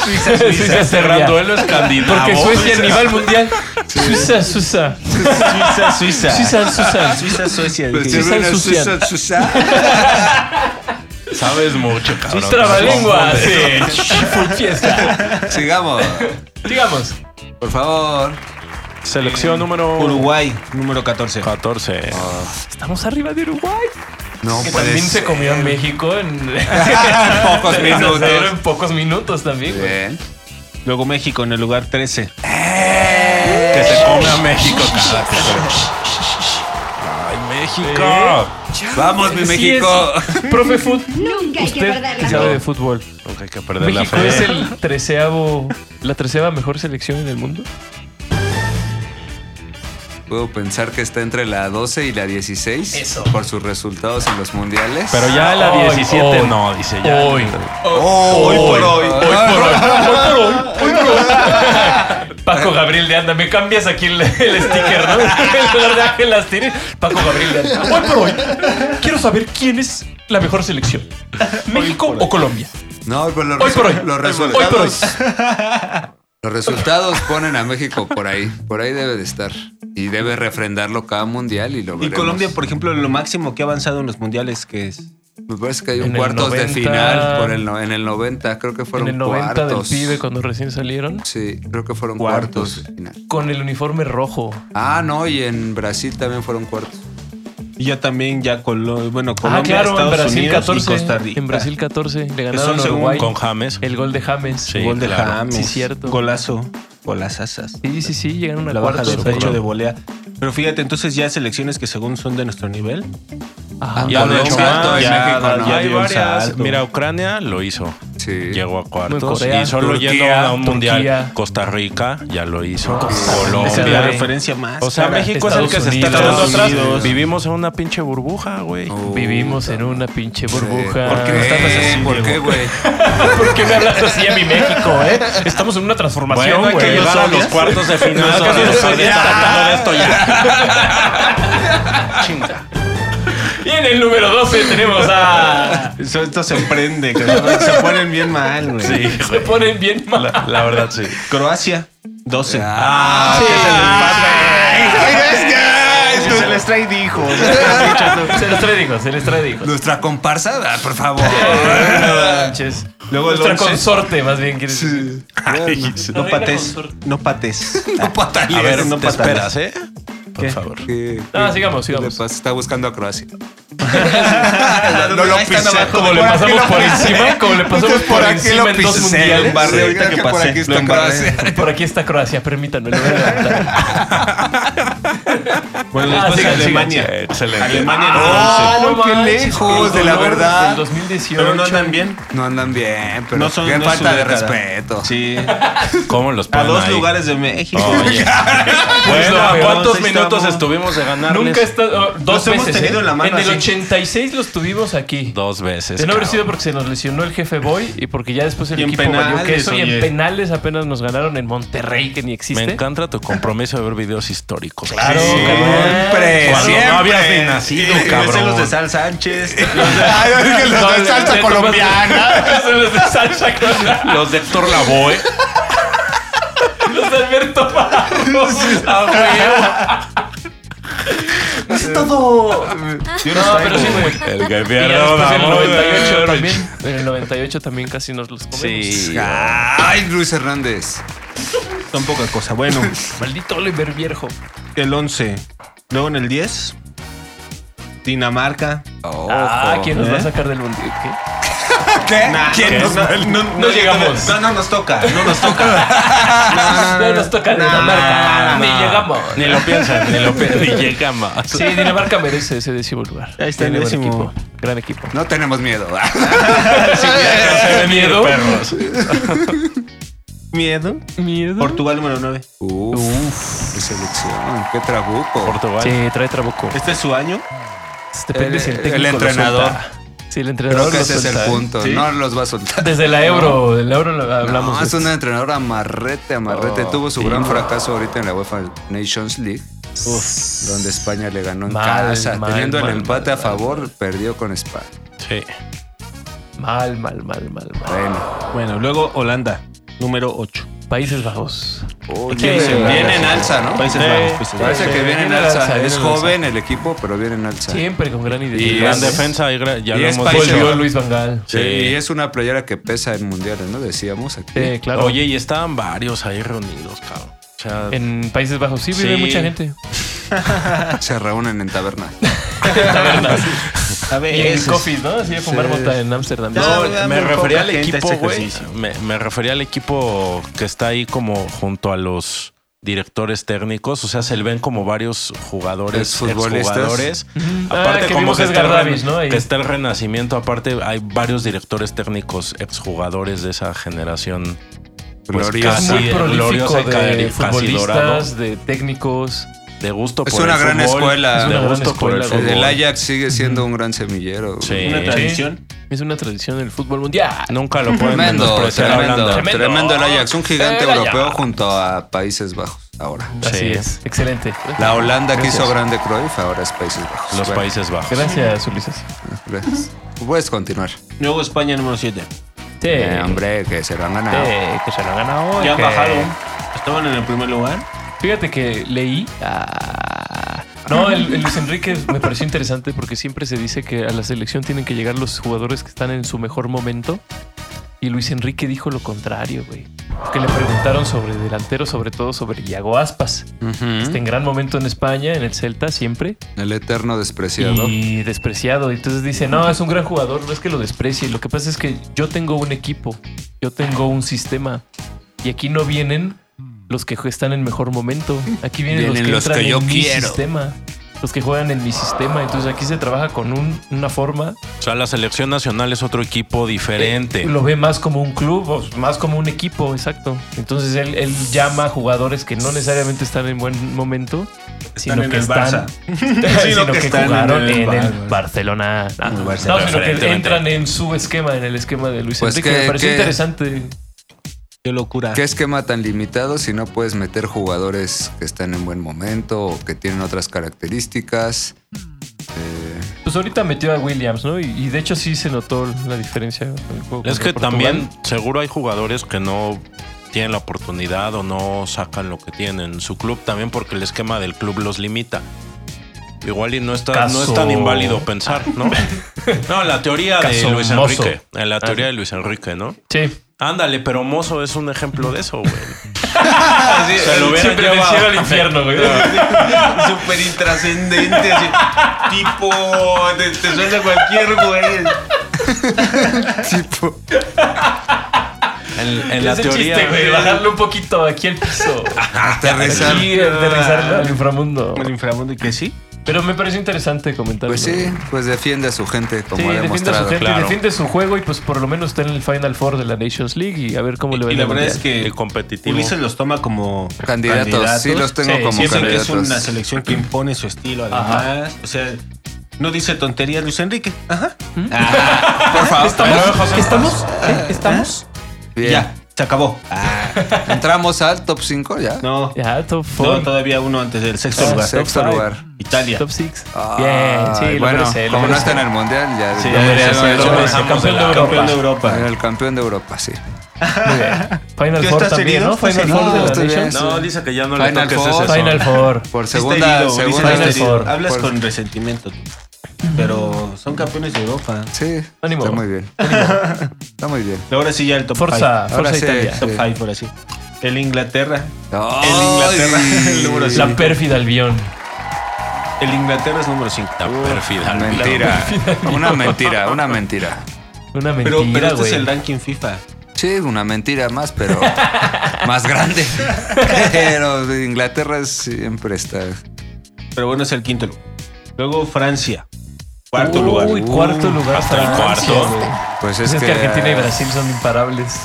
Speaker 2: Suiza, Suiza, Serbia.
Speaker 1: duelo escandinavo.
Speaker 2: Porque Suecia ni va al mundial. Suiza, Suiza.
Speaker 6: Suiza, Suiza.
Speaker 2: Suiza, Suiza.
Speaker 6: Suiza, Suecia.
Speaker 5: Pues
Speaker 6: dije.
Speaker 5: sí, bueno,
Speaker 2: Suiza,
Speaker 5: Suiza, Suiza.
Speaker 1: Sabes mucho, cabrón.
Speaker 2: Suiza, trabalengua. Sí. Full fiesta.
Speaker 5: Sigamos.
Speaker 2: Digamos.
Speaker 5: Por favor.
Speaker 1: Selección número
Speaker 6: Uruguay, número 14.
Speaker 1: 14.
Speaker 2: Estamos arriba de Uruguay.
Speaker 5: No,
Speaker 2: que
Speaker 5: puede
Speaker 2: también se
Speaker 5: ser.
Speaker 2: comió en México en
Speaker 5: pocos
Speaker 2: Tres a
Speaker 5: minutos.
Speaker 2: cero En pocos minutos también. güey.
Speaker 5: Bien.
Speaker 6: Luego México en el lugar 13.
Speaker 1: Que
Speaker 2: Eh.
Speaker 1: se come a México cada que se- ¡Ay, México!
Speaker 5: Vamos, mi
Speaker 2: Sí
Speaker 5: México.
Speaker 2: es. Profe Food,
Speaker 4: Nunca hay que
Speaker 2: usted
Speaker 4: perder
Speaker 2: que
Speaker 4: la
Speaker 2: sabe de fútbol.
Speaker 1: Nunca hay que perder
Speaker 2: México
Speaker 1: la fe.
Speaker 2: es el treceavo, la treceava mejor selección en el mundo.
Speaker 5: Puedo pensar que está entre la 12 y la 16
Speaker 2: Eso.
Speaker 5: por sus resultados en los mundiales.
Speaker 1: Pero ya la
Speaker 2: Hoy,
Speaker 1: 17
Speaker 2: hoy,
Speaker 1: no, dice ya.
Speaker 2: hoy.
Speaker 5: Oh, hoy, por hoy.
Speaker 2: Paco Gabriel de Anda, me cambias aquí el, el sticker, ¿no? En lugar de Ángel Astiri, Paco Gabriel de Anda. Hoy por hoy, quiero saber quién es la mejor selección. ¿México o Colombia?
Speaker 5: No, pero los,
Speaker 2: Hoy por hoy.
Speaker 5: resu- los
Speaker 2: Hoy por hoy.
Speaker 5: resultados. Los resultados ponen a México por ahí. Por ahí debe de estar. Y debe refrendarlo cada mundial y lo
Speaker 6: Y
Speaker 5: veremos.
Speaker 6: Colombia, por ejemplo, lo máximo que ha avanzado en los mundiales, que es
Speaker 5: Me parece que hay
Speaker 2: En
Speaker 5: un
Speaker 2: el
Speaker 5: cuartos de
Speaker 2: 90.
Speaker 5: final por el no- en el 90. Creo que
Speaker 2: En
Speaker 5: fueron
Speaker 2: el 90
Speaker 5: cuartos.
Speaker 2: del pibe cuando recién salieron.
Speaker 5: Sí, creo que fueron
Speaker 6: Cuartos.
Speaker 5: cuartos. de final.
Speaker 2: Con el uniforme rojo.
Speaker 5: Ah, no, y en Brasil también fueron cuartos.
Speaker 6: Y ya también ya Colo- bueno,
Speaker 2: Ah,
Speaker 6: Colombia, Estados Unidos y Costa Rica.
Speaker 2: En Brasil 14. Le ganaron
Speaker 6: son
Speaker 2: a
Speaker 6: según
Speaker 2: Uruguay.
Speaker 1: Con James.
Speaker 2: El gol de James.
Speaker 1: Sí,
Speaker 6: Gol de
Speaker 1: claro.
Speaker 6: James.
Speaker 2: Sí, cierto.
Speaker 6: Golazo. Golazazas.
Speaker 2: sí, sí, sí, llegaron a
Speaker 6: La baja
Speaker 2: cuartos.
Speaker 6: de pecho de volea. Pero fíjate, entonces ya selecciones que según son de nuestro nivel.
Speaker 2: Ajá.
Speaker 5: Ya
Speaker 1: han
Speaker 5: no
Speaker 1: hecho
Speaker 5: es cierto,
Speaker 1: más,
Speaker 5: en México no.
Speaker 1: ya hay
Speaker 6: dio un
Speaker 1: varias.
Speaker 6: salto.
Speaker 1: Mira, Ucrania lo hizo.
Speaker 5: Sí.
Speaker 1: Llegó a
Speaker 2: Bueno,
Speaker 1: cuartos.
Speaker 2: Corea,
Speaker 1: y solo
Speaker 2: Turquía,
Speaker 1: yendo a un
Speaker 2: Turquía.
Speaker 1: mundial. Costa Rica ya lo hizo.
Speaker 6: Esa es la
Speaker 2: Claro.
Speaker 1: Colombia.
Speaker 6: referencia más.
Speaker 1: O sea,
Speaker 6: cara.
Speaker 1: México
Speaker 2: Estados
Speaker 1: es el que se está
Speaker 2: Unidos.
Speaker 1: quedando atrás.
Speaker 5: Estados Unidos.
Speaker 1: Vivimos en una pinche burbuja, güey.
Speaker 5: Oh,
Speaker 2: Vivimos en una pinche burbuja.
Speaker 6: ¿Por qué me tratas así,
Speaker 5: ¿Por qué,
Speaker 6: Diego?
Speaker 5: güey?
Speaker 2: ¿Por qué me hablas así a mi México, eh? Estamos en una transformación,
Speaker 1: Bueno, hay
Speaker 2: güey.
Speaker 1: que llegar a los cuartos de final.
Speaker 2: No,
Speaker 1: cabrón.
Speaker 2: no,
Speaker 1: Estoy
Speaker 2: no, no,
Speaker 1: destacando de esto ya. Chinga.
Speaker 2: Y en el número 12 tenemos a...
Speaker 6: Eso- Esto se prende, cabrón. se ponen bien mal, güey.
Speaker 1: Sí,
Speaker 2: Se
Speaker 1: güey.
Speaker 2: ponen bien mal.
Speaker 1: La, la verdad, sí.
Speaker 6: Croacia, 12.
Speaker 5: Ah,
Speaker 2: Sí.
Speaker 6: se les trae dijo.
Speaker 2: Se les trae hijos, se les trae hijos.
Speaker 5: Nuestra comparsa, ah, por favor.
Speaker 2: No manches.
Speaker 6: Luego el
Speaker 2: Nuestra
Speaker 6: 11.
Speaker 2: consorte, más bien, quieres decir.
Speaker 6: No pates. No pates.
Speaker 5: No
Speaker 1: A
Speaker 5: patales.
Speaker 1: ver,
Speaker 6: no
Speaker 1: te esperas,
Speaker 6: patadas.
Speaker 1: ¿eh? Por
Speaker 6: ¿Qué?
Speaker 1: favor.
Speaker 5: ¿Qué-
Speaker 2: Ah,
Speaker 5: qué-
Speaker 2: sigamos,
Speaker 5: qué le
Speaker 2: sigamos.
Speaker 5: pasa? Está buscando a Croacia.
Speaker 6: no lo pisé.
Speaker 2: Como le pasamos por encima, como le pasamos por encima en dos mundiales.
Speaker 5: Barre,
Speaker 6: ahorita
Speaker 5: ahorita
Speaker 6: que
Speaker 5: que por
Speaker 6: pasé,
Speaker 5: aquí
Speaker 6: lo
Speaker 5: está
Speaker 6: embarré.
Speaker 5: Croacia.
Speaker 2: Por aquí está Croacia, permítanme, lo voy a levantar.
Speaker 6: Bueno,
Speaker 2: Ah,
Speaker 6: después
Speaker 2: sí, sí,
Speaker 6: Alemania.
Speaker 1: Excelente.
Speaker 6: Alemania no
Speaker 5: Ah, no, qué
Speaker 2: manches,
Speaker 5: lejos,
Speaker 2: el
Speaker 5: de la
Speaker 2: dolor Del
Speaker 5: verdad.
Speaker 2: 2018.
Speaker 6: Pero no andan bien.
Speaker 5: No andan bien, pero
Speaker 6: no son,
Speaker 5: qué
Speaker 6: no es su
Speaker 5: falta de
Speaker 6: década.
Speaker 5: respeto.
Speaker 6: Sí.
Speaker 1: ¿Cómo los
Speaker 6: A
Speaker 1: ponen
Speaker 6: dos
Speaker 1: ahí? Oh,
Speaker 6: lugares de México.
Speaker 1: Oye. bueno, Pues, ¿a
Speaker 6: Ahí
Speaker 1: cuántos
Speaker 6: estamos.
Speaker 1: minutos estuvimos de ganarles?
Speaker 2: Nunca está. oh, dos
Speaker 6: Los hemos
Speaker 2: veces.
Speaker 6: tenido
Speaker 2: ¿eh?
Speaker 6: en la mano
Speaker 2: el
Speaker 6: así.
Speaker 2: 86 los tuvimos aquí.
Speaker 1: Dos veces.
Speaker 2: De no haber
Speaker 1: cabrón.
Speaker 2: sido porque se nos lesionó el jefe Boy y porque ya después el
Speaker 6: Y en
Speaker 2: equipo valió
Speaker 6: penales,
Speaker 2: que eso y en
Speaker 6: oye.
Speaker 2: penales apenas nos ganaron en Monterrey, que ni
Speaker 1: Me
Speaker 2: existe.
Speaker 1: encanta tu compromiso de ver videos históricos.
Speaker 2: Claro,
Speaker 6: Sí.
Speaker 2: cabrón.
Speaker 5: Siempre,
Speaker 1: Cuando
Speaker 5: siempre.
Speaker 1: no habías ni nacido,
Speaker 6: Sí,
Speaker 1: cabrón.
Speaker 6: son los de Sal Sánchez.
Speaker 5: Ay, es que los de
Speaker 2: No,
Speaker 5: salsa
Speaker 2: le-
Speaker 5: colombiana.
Speaker 2: Son los de salsa colombiana.
Speaker 1: Los de Héctor Lavoe.
Speaker 2: Los de Alberto Parro.
Speaker 5: Es todo.
Speaker 2: No, pero sí, güey.
Speaker 1: El
Speaker 2: Y ya
Speaker 1: gobierno
Speaker 2: después en el
Speaker 1: vamos,
Speaker 2: 98
Speaker 1: güey.
Speaker 2: también. En el 98 también casi nos los comemos.
Speaker 1: Sí.
Speaker 5: Ay, Luis Hernández.
Speaker 6: Son poca cosa. Bueno,
Speaker 2: Maldito Oliver Viejo.
Speaker 6: el 11. Luego en el 10. Dinamarca.
Speaker 5: Ojo.
Speaker 2: Ah, ¿quién nos
Speaker 6: ¿eh?
Speaker 2: va a sacar del mundo? ¿Qué?
Speaker 5: ¿Qué?
Speaker 6: Nah,
Speaker 5: ¿Quién
Speaker 6: que
Speaker 5: nos
Speaker 6: no, no- no
Speaker 2: llegamos.
Speaker 6: No, no nos toca. No nos toca.
Speaker 2: No, nos toca Dinamarca.
Speaker 6: no,
Speaker 2: Ni
Speaker 6: no.
Speaker 2: llegamos.
Speaker 1: Ni lo piensan, ni lo piensan. Ni llega más.
Speaker 2: Sí, Dinamarca merece ese décimo lugar.
Speaker 6: Ahí está el
Speaker 2: Tiene buen
Speaker 6: décimo.
Speaker 2: equipo, Gran equipo.
Speaker 5: No tenemos miedo. eh,
Speaker 2: ¿De miedo?
Speaker 1: Perros.
Speaker 6: Miedo.
Speaker 2: ¿Miedo?
Speaker 6: Portugal número 9.
Speaker 5: Uf, qué selección, qué trabuco.
Speaker 1: Portugal.
Speaker 2: Sí, trae trabuco.
Speaker 6: Este es su año.
Speaker 2: Depende si el
Speaker 5: el
Speaker 2: técnico lo
Speaker 5: entrenador.
Speaker 2: suelta. Sí, el entrenador
Speaker 5: Creo que
Speaker 2: lo
Speaker 5: ese es el
Speaker 2: suelta, ¿eh?
Speaker 5: punto.
Speaker 6: ¿Sí?
Speaker 5: No los va a soltar.
Speaker 2: Desde la Euro, del Euro lo hablamos.
Speaker 5: No,
Speaker 2: de
Speaker 5: es
Speaker 2: esto.
Speaker 5: un entrenador amarrete, amarrete.
Speaker 2: Oh,
Speaker 5: Tuvo su
Speaker 2: sí.
Speaker 5: gran fracaso ahorita en la UEFA Nations League,
Speaker 6: Uf.
Speaker 5: donde España le ganó en
Speaker 2: Mal,
Speaker 5: casa.
Speaker 2: mal,
Speaker 5: Teniendo
Speaker 2: mal,
Speaker 5: el empate
Speaker 2: mal,
Speaker 5: a favor, perdió con España.
Speaker 1: Sí.
Speaker 2: Mal, mal, mal, mal, mal.
Speaker 5: Bueno,
Speaker 6: Bueno, luego Holanda. Número 8.
Speaker 2: Países Bajos.
Speaker 5: Oye, viene en alza, ¿no?
Speaker 6: Países
Speaker 2: Sí.
Speaker 6: Bajos. Países Bajos.
Speaker 5: Parece
Speaker 2: Sí,
Speaker 5: que viene en
Speaker 2: viene en alza,
Speaker 5: alza.
Speaker 2: viene
Speaker 5: Es
Speaker 2: en alza.
Speaker 5: joven el equipo, pero viene en alza.
Speaker 2: Siempre con gran
Speaker 5: Y
Speaker 2: identidad.
Speaker 1: Gran
Speaker 5: es-
Speaker 1: defensa. y gra- Ya
Speaker 5: y
Speaker 1: lo
Speaker 5: es
Speaker 1: hemos
Speaker 5: país
Speaker 1: dicho.
Speaker 2: Volvió Luis Van Gaal.
Speaker 5: Sí, Y
Speaker 1: Sí.
Speaker 5: es una playera que pesa en mundiales, ¿no? Decíamos aquí.
Speaker 2: Sí, claro.
Speaker 1: Oye, y estaban varios ahí reunidos, cabrón. O sea,
Speaker 2: En Países Bajos sí vive
Speaker 1: Sí.
Speaker 2: mucha gente.
Speaker 5: Se reúnen en taberna.
Speaker 2: Y
Speaker 6: A
Speaker 2: en
Speaker 6: veces.
Speaker 2: coffees, ¿no? Así de fumar
Speaker 5: Sí.
Speaker 2: bota en Ámsterdam.
Speaker 6: Ya,
Speaker 1: No,
Speaker 6: vea,
Speaker 1: me
Speaker 6: muy
Speaker 1: refería
Speaker 6: poca
Speaker 1: al
Speaker 6: gente
Speaker 1: equipo,
Speaker 6: hace
Speaker 1: güey.
Speaker 6: ejercicio.
Speaker 1: Me, me refería al equipo que está ahí como junto a los directores técnicos. O sea, se le ven como varios jugadores,
Speaker 5: Exfutbolistas.
Speaker 1: jugadores.
Speaker 2: Ujú. Ah,
Speaker 1: Aparte,
Speaker 2: que
Speaker 1: como
Speaker 2: vimos
Speaker 1: que está,
Speaker 2: Edgar
Speaker 1: el
Speaker 2: Davis,
Speaker 1: ren-
Speaker 2: ¿no? Ahí.
Speaker 1: que está el renacimiento. Aparte, hay varios directores técnicos, exjugadores de esa generación. Pues
Speaker 5: Gloriosa.
Speaker 1: casi.
Speaker 2: muy
Speaker 1: Sí,
Speaker 2: prolífico
Speaker 1: gloriosa y cari-
Speaker 2: de
Speaker 1: casi dorado.
Speaker 2: futbolistas, de técnicos.
Speaker 1: De gusto
Speaker 5: Es
Speaker 1: por
Speaker 5: una
Speaker 1: el
Speaker 5: gran
Speaker 1: fútbol,
Speaker 5: escuela. Es
Speaker 1: De
Speaker 2: una gran
Speaker 1: gusto por el
Speaker 2: escuela,
Speaker 1: fútbol.
Speaker 5: El Ajax sigue siendo un gran semillero.
Speaker 1: Sí.
Speaker 6: Una
Speaker 1: Sí.
Speaker 6: tradición.
Speaker 2: Es una tradición del fútbol mundial.
Speaker 1: Nunca lo pueden
Speaker 5: Tremendo,
Speaker 1: menospreciar
Speaker 5: tremendo,
Speaker 1: hablando.
Speaker 2: Tremendo.
Speaker 5: tremendo el Ajax, un gigante
Speaker 2: El Ajax.
Speaker 5: europeo junto a Países Bajos ahora.
Speaker 2: Así
Speaker 1: Sí.
Speaker 2: es. Excelente.
Speaker 5: La Holanda que
Speaker 2: Gracias.
Speaker 5: hizo grande Cruyff, ahora es Países Bajos.
Speaker 1: Los
Speaker 5: Bueno,
Speaker 1: Países Bajos.
Speaker 2: Gracias, Ulises.
Speaker 5: gracias. Puedes continuar.
Speaker 6: Luego España número 7.
Speaker 2: Sí.
Speaker 5: Eh, hombre, que se lo han ganado.
Speaker 2: Sí, que se lo han ganado.
Speaker 6: Ya han
Speaker 2: que-
Speaker 6: bajado. Estaban en el primer lugar.
Speaker 2: Fíjate que leí. ah, No, el, el Luis Enrique me pareció interesante porque siempre se dice que a la selección tienen que llegar los jugadores que están en su mejor momento. Y Luis Enrique dijo lo contrario, güey. Que le preguntaron sobre delanteros, sobre todo sobre Iago Aspas.
Speaker 5: Ujú.
Speaker 2: Está Este, en gran momento en España, en el Celta, siempre.
Speaker 5: El eterno despreciado.
Speaker 2: Y despreciado. Y Entonces dice, no, es un gran jugador, no es que lo desprecie. Lo que pasa es que yo tengo un equipo, yo tengo un sistema. Y aquí no vienen los que están en mejor momento. Aquí vienen,
Speaker 5: Vienen
Speaker 2: los
Speaker 5: los
Speaker 2: que entran
Speaker 5: que yo
Speaker 2: en mi
Speaker 5: quiero.
Speaker 2: sistema. Los que juegan en mi sistema. Entonces aquí se trabaja con un- una forma.
Speaker 1: O sea, la selección nacional es otro equipo diferente.
Speaker 2: Lo ve más como un club, o más como un equipo, exacto. Entonces él, él llama a jugadores que no necesariamente están en buen momento. sino
Speaker 6: en
Speaker 2: que
Speaker 6: el
Speaker 2: están,
Speaker 6: Barça.
Speaker 2: sino que,
Speaker 6: que están
Speaker 2: jugaron en
Speaker 6: en
Speaker 2: el,
Speaker 6: el Bar-
Speaker 2: Barcelona. Ah,
Speaker 6: el
Speaker 2: No,
Speaker 6: Barcelona.
Speaker 2: sino que
Speaker 1: Preferentemente.
Speaker 2: entran en su esquema, en el esquema de Luis
Speaker 5: Pues
Speaker 2: Enrique.
Speaker 5: que-
Speaker 2: Me pareció
Speaker 5: que-
Speaker 2: interesante.
Speaker 6: Qué locura.
Speaker 5: ¿Qué esquema tan limitado si no puedes meter jugadores que están en buen momento o que tienen otras características? Eh,
Speaker 2: Pues ahorita metió a Williams, ¿no? Y, y de hecho sí se notó la diferencia. en el juego
Speaker 1: Es
Speaker 2: contra
Speaker 1: que
Speaker 2: Portugal.
Speaker 1: también seguro hay jugadores que no tienen la oportunidad o no sacan lo que tienen en su club también porque el esquema del club los limita. Igual y no está
Speaker 2: Caso-
Speaker 1: no es tan inválido pensar, ¿no? No, en la teoría
Speaker 2: Caso
Speaker 1: de Luis
Speaker 2: Mozo. Ah,
Speaker 1: Enrique, en la teoría de Luis Enrique, ¿no?
Speaker 2: Sí.
Speaker 1: Ándale, pero Mozo es un ejemplo de eso, güey.
Speaker 6: Se Ah, lo hubieran
Speaker 2: Siempre del
Speaker 6: llevado.
Speaker 2: cielo al infierno, güey.
Speaker 6: Súper intrascendente. así, tipo. Te, te suelta cualquier güey.
Speaker 5: tipo,
Speaker 1: En en, en la
Speaker 2: Es el
Speaker 1: teoría.
Speaker 2: chiste, güey, bajarle un poquito aquí al piso.
Speaker 5: Aterrizar.
Speaker 2: Aquí, aterrizarlo al inframundo.
Speaker 6: El inframundo y que sí.
Speaker 2: Pero me pareció interesante comentarlo.
Speaker 5: Pues sí, pues defiende a su gente como
Speaker 2: Sí,
Speaker 5: ha
Speaker 2: defiende a su
Speaker 5: demostrado.
Speaker 2: gente,
Speaker 1: claro.
Speaker 2: defiende su juego y pues por lo menos está en el Final Four de la Nations League y a ver cómo le va
Speaker 6: Y
Speaker 2: en
Speaker 6: la
Speaker 2: el
Speaker 6: verdad es
Speaker 2: Mundial.
Speaker 1: Y
Speaker 6: que
Speaker 1: competitivo.
Speaker 6: Ulises los toma como
Speaker 5: Candidatos, sí los tengo
Speaker 2: Sí,
Speaker 5: como
Speaker 6: Sienten que es
Speaker 5: candidatos.
Speaker 6: una selección que impone su estilo, además. O sea, no dice tonterías Luis Enrique. Ajá. Ah,
Speaker 5: Por favor,
Speaker 6: ¿Estamos? ¿Estamos?
Speaker 5: Bien.
Speaker 6: Ya, se acabó. Ah,
Speaker 5: Entramos al top 5 ya.
Speaker 6: No,
Speaker 2: Ah, Ya, top
Speaker 6: no,
Speaker 2: 4,
Speaker 6: todavía uno antes del sexto
Speaker 5: Ah,
Speaker 6: lugar.
Speaker 5: sexto
Speaker 6: Top five.
Speaker 5: lugar.
Speaker 6: Italia.
Speaker 2: top 6.
Speaker 5: Ah,
Speaker 2: Bien, sí, lo
Speaker 5: bueno,
Speaker 2: merece, lo
Speaker 5: como no
Speaker 2: merece.
Speaker 5: está en el mundial, ya
Speaker 2: Sí,
Speaker 5: lo
Speaker 2: lo merece,
Speaker 5: merece,
Speaker 2: lo
Speaker 5: lo
Speaker 2: merece.
Speaker 5: merece.
Speaker 2: Campeón de Europa.
Speaker 6: Campeón
Speaker 5: Era
Speaker 6: de Europa.
Speaker 5: el campeón de Europa, sí.
Speaker 2: Final
Speaker 6: ¿Tú
Speaker 2: Four
Speaker 6: estás
Speaker 2: también,
Speaker 6: herido?
Speaker 2: ¿no? Final
Speaker 6: ¿Estás
Speaker 2: Four de
Speaker 5: herido?
Speaker 2: la
Speaker 5: No, estoy bien.
Speaker 2: Nations.
Speaker 1: No, dice que ya no le
Speaker 5: Final
Speaker 1: toques
Speaker 5: Four.
Speaker 1: ese
Speaker 6: pues,
Speaker 1: son.
Speaker 2: Final Four.
Speaker 5: Por
Speaker 6: Está
Speaker 5: segunda,
Speaker 6: herido, Ulises,
Speaker 5: segunda
Speaker 6: está
Speaker 2: Final
Speaker 6: herido.
Speaker 2: Four.
Speaker 6: Hablas
Speaker 5: Por-
Speaker 6: con resentimiento. tú. Pero son campeones de Europa.
Speaker 5: Sí,
Speaker 2: Ánimo.
Speaker 5: está muy bien. Está muy bien.
Speaker 6: Ahora sí ya el top
Speaker 2: Forza,
Speaker 5: Ahora
Speaker 2: Forza
Speaker 5: sí.
Speaker 2: Italia.
Speaker 6: five. Top
Speaker 5: Sí.
Speaker 6: five, por así. El Inglaterra.
Speaker 5: Ay.
Speaker 6: Inglaterra, el número
Speaker 2: La pérfida Albión.
Speaker 6: El Inglaterra es número 5.
Speaker 1: La perfida.
Speaker 5: Mentira. Una mentira, una mentira.
Speaker 2: Una
Speaker 6: Pero, pero
Speaker 2: mentira,
Speaker 6: este es
Speaker 2: güey.
Speaker 6: el ranking FIFA.
Speaker 5: Sí, una mentira más, pero más grande. Pero de Inglaterra siempre está.
Speaker 6: Pero bueno, es el quinto lugar. Luego Francia. Cuarto lugar.
Speaker 2: Uy, cuarto lugar.
Speaker 1: Hasta el cuarto.
Speaker 5: Pues
Speaker 2: Pues
Speaker 5: es,
Speaker 2: es que Argentina y Brasil son imparables.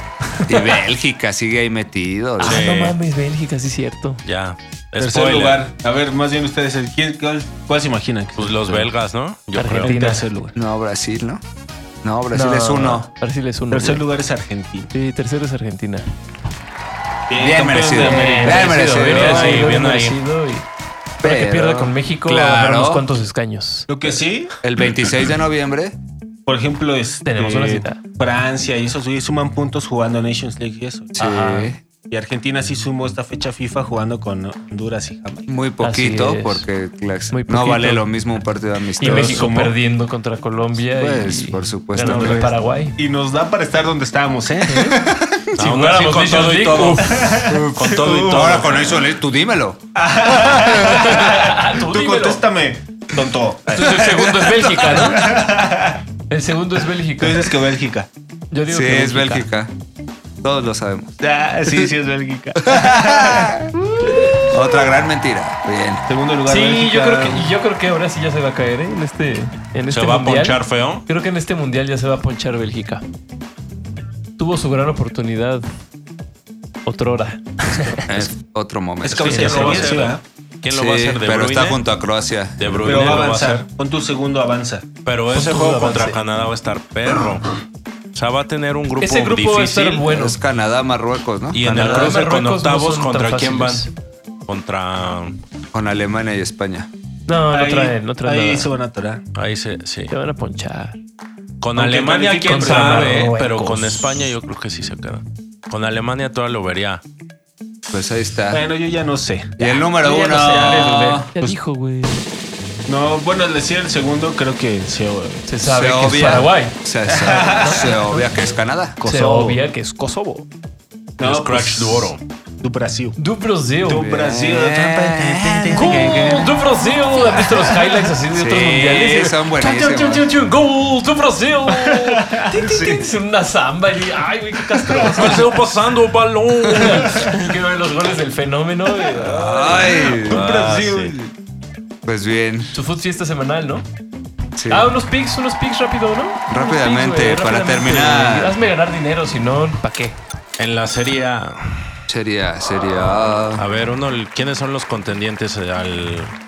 Speaker 5: Y Bélgica sigue ahí metido.
Speaker 2: Ah,
Speaker 1: Sí.
Speaker 2: no mames, Bélgica, sí es cierto.
Speaker 1: Ya.
Speaker 6: Tercer
Speaker 1: Spoiler.
Speaker 6: lugar. A ver, más bien ustedes, el- ¿quién- cuál, cuál se imaginan?
Speaker 1: Pues los belgas, ¿no? Yo creo.
Speaker 2: Argentina.
Speaker 6: Tercer lugar.
Speaker 5: No, Brasil, ¿no? No, Brasil
Speaker 2: No,
Speaker 5: es uno.
Speaker 2: Brasil es uno.
Speaker 6: Tercer
Speaker 2: güey.
Speaker 6: lugar es Argentina.
Speaker 2: Sí, tercero es Argentina.
Speaker 5: Bien
Speaker 6: campeones
Speaker 5: merecido.
Speaker 6: de
Speaker 5: Bien
Speaker 6: América.
Speaker 1: bien
Speaker 5: merecido. Bien,
Speaker 1: merecido. ahí,
Speaker 2: merecido,
Speaker 1: bien ahí.
Speaker 2: merecido y- Para que
Speaker 5: Pero-
Speaker 2: pierda con México,
Speaker 5: Claro.
Speaker 2: agarrar unos cuantos escaños.
Speaker 6: Lo que sí,
Speaker 5: El 26 de noviembre.
Speaker 6: por ejemplo, es
Speaker 2: Tenemos una cita.
Speaker 6: Francia y esos güey suman puntos jugando Nations League y eso.
Speaker 5: Sí.
Speaker 6: Y Argentina sí sumó esta fecha FIFA jugando con Honduras y Jamaica.
Speaker 5: Muy poquito,
Speaker 2: Así es.
Speaker 5: porque las-
Speaker 2: Muy
Speaker 5: no
Speaker 2: poquito.
Speaker 5: vale lo mismo un partido
Speaker 2: Y
Speaker 5: amistoso.
Speaker 2: México
Speaker 6: sumó.
Speaker 2: perdiendo contra Colombia
Speaker 5: Pues,
Speaker 2: y
Speaker 5: por supuesto.
Speaker 2: ganando
Speaker 5: Pues,
Speaker 2: Paraguay.
Speaker 6: Y nos da para estar donde estábamos, ¿eh?
Speaker 1: Aún así,
Speaker 2: jugáramos
Speaker 1: con
Speaker 2: Nations
Speaker 1: todo y
Speaker 2: League,
Speaker 1: todo.
Speaker 5: Uf.
Speaker 1: Con todo y todo.
Speaker 5: Ahora con este eso, tú dímelo.
Speaker 2: Tú
Speaker 6: Tú
Speaker 2: dímelo.
Speaker 6: contéstame, tonto.
Speaker 2: Entonces el segundo es Bélgica, ¿no? El segundo es Bélgica.
Speaker 6: Tú dices que Bélgica.
Speaker 2: Yo digo
Speaker 5: Sí,
Speaker 2: que
Speaker 5: es Bélgica. Todos lo sabemos.
Speaker 6: Ah, sí, sí es Bélgica.
Speaker 5: Otra gran mentira. Bien.
Speaker 6: Segundo lugar.
Speaker 2: Sí,
Speaker 6: Bélgica.
Speaker 2: yo creo, que, y yo creo que ahora sí ya se va a caer ¿eh? en este, en este
Speaker 1: Se va a
Speaker 2: mundial.
Speaker 1: ponchar feo.
Speaker 2: Creo que en este mundial ya se va a ponchar Bélgica. Tuvo su gran oportunidad otrora.
Speaker 5: Es otro momento.
Speaker 1: Es que ¿quién
Speaker 6: sí,
Speaker 1: lo va a
Speaker 6: sí,
Speaker 1: hacer?
Speaker 6: ¿verdad?
Speaker 1: ¿Quién lo va a
Speaker 5: Sí,
Speaker 1: hacer? De
Speaker 5: pero
Speaker 1: Bruyne.
Speaker 5: está junto a Croacia.
Speaker 1: De Bruyne
Speaker 6: Pero
Speaker 1: lo
Speaker 6: va a
Speaker 1: va a hacer.
Speaker 6: avanzar. Con tu segundo avanza.
Speaker 1: Pero ese
Speaker 2: Con
Speaker 1: juego
Speaker 2: todo
Speaker 1: contra
Speaker 2: avance.
Speaker 1: Canadá va a estar perro. O sea, va a tener un grupo,
Speaker 2: Ese grupo va a estar
Speaker 1: difícil.
Speaker 2: bueno.
Speaker 5: Es Canadá, Marruecos, ¿no?
Speaker 1: Y en el
Speaker 2: Canadá,
Speaker 1: cruce con
Speaker 2: Marruecos no
Speaker 1: octavos,
Speaker 2: son tan
Speaker 1: ¿contra quién van?
Speaker 2: fáciles.
Speaker 1: Contra.
Speaker 5: Con Alemania y España.
Speaker 2: No, no
Speaker 6: Ahí-
Speaker 2: traen, no traen
Speaker 6: Ahí
Speaker 2: nada.
Speaker 6: se van a atorar.
Speaker 1: Ahí se. Sí.
Speaker 2: Te van a ponchar.
Speaker 1: Con
Speaker 6: Aunque
Speaker 1: Alemania,
Speaker 6: califiquen
Speaker 1: quién
Speaker 2: contra
Speaker 1: sabe,
Speaker 2: Marruecos.
Speaker 1: pero con España yo creo que sí se queda. Con Alemania todavía lo vería.
Speaker 5: Pues ahí está.
Speaker 6: Bueno, yo ya no sé.
Speaker 5: Y el número
Speaker 6: Yo ya
Speaker 5: uno.
Speaker 6: no sé, ya le dudé.
Speaker 2: Ya dijo, güey.
Speaker 6: No, bueno, al decir el segundo, creo que se
Speaker 2: Se
Speaker 5: Se
Speaker 2: sabe que es
Speaker 5: obvia.
Speaker 2: Paraguay.
Speaker 5: Se, sabe- se obvia que es Canadá.
Speaker 2: Se obvia que es Kosovo.
Speaker 6: No,
Speaker 1: Los Cracks de Oro.
Speaker 6: Du Brasil.
Speaker 2: Du Brasil.
Speaker 6: Du Brasil.
Speaker 2: Gol Du Brasil. ¿Han visto los highlights así de otros
Speaker 5: Sí,
Speaker 2: mundiales?
Speaker 5: son
Speaker 2: Chun, chun, chun, chun, chun. Gol Du Brasil. Tin, tin, tin. Es una samba. y- Ay, güey, qué castroso.
Speaker 1: Paseo pasando balón.
Speaker 2: Quiero ver los goles del fenómeno. güey.
Speaker 5: Ay.
Speaker 1: Ah, Brasil.
Speaker 5: Pues bien.
Speaker 2: Su food fiesta semanal, ¿no?
Speaker 5: sí.
Speaker 2: Ah, unos picks, unos picks rápido, ¿no? Unos
Speaker 5: Rápidamente,
Speaker 2: picks, güey,
Speaker 5: para
Speaker 2: rápidamente.
Speaker 5: terminar.
Speaker 2: Hazme ganar dinero, si no, ¿para qué?
Speaker 1: En la serie A.
Speaker 5: Sería, sería.
Speaker 1: A ver, uno, ¿quiénes son los contendientes al,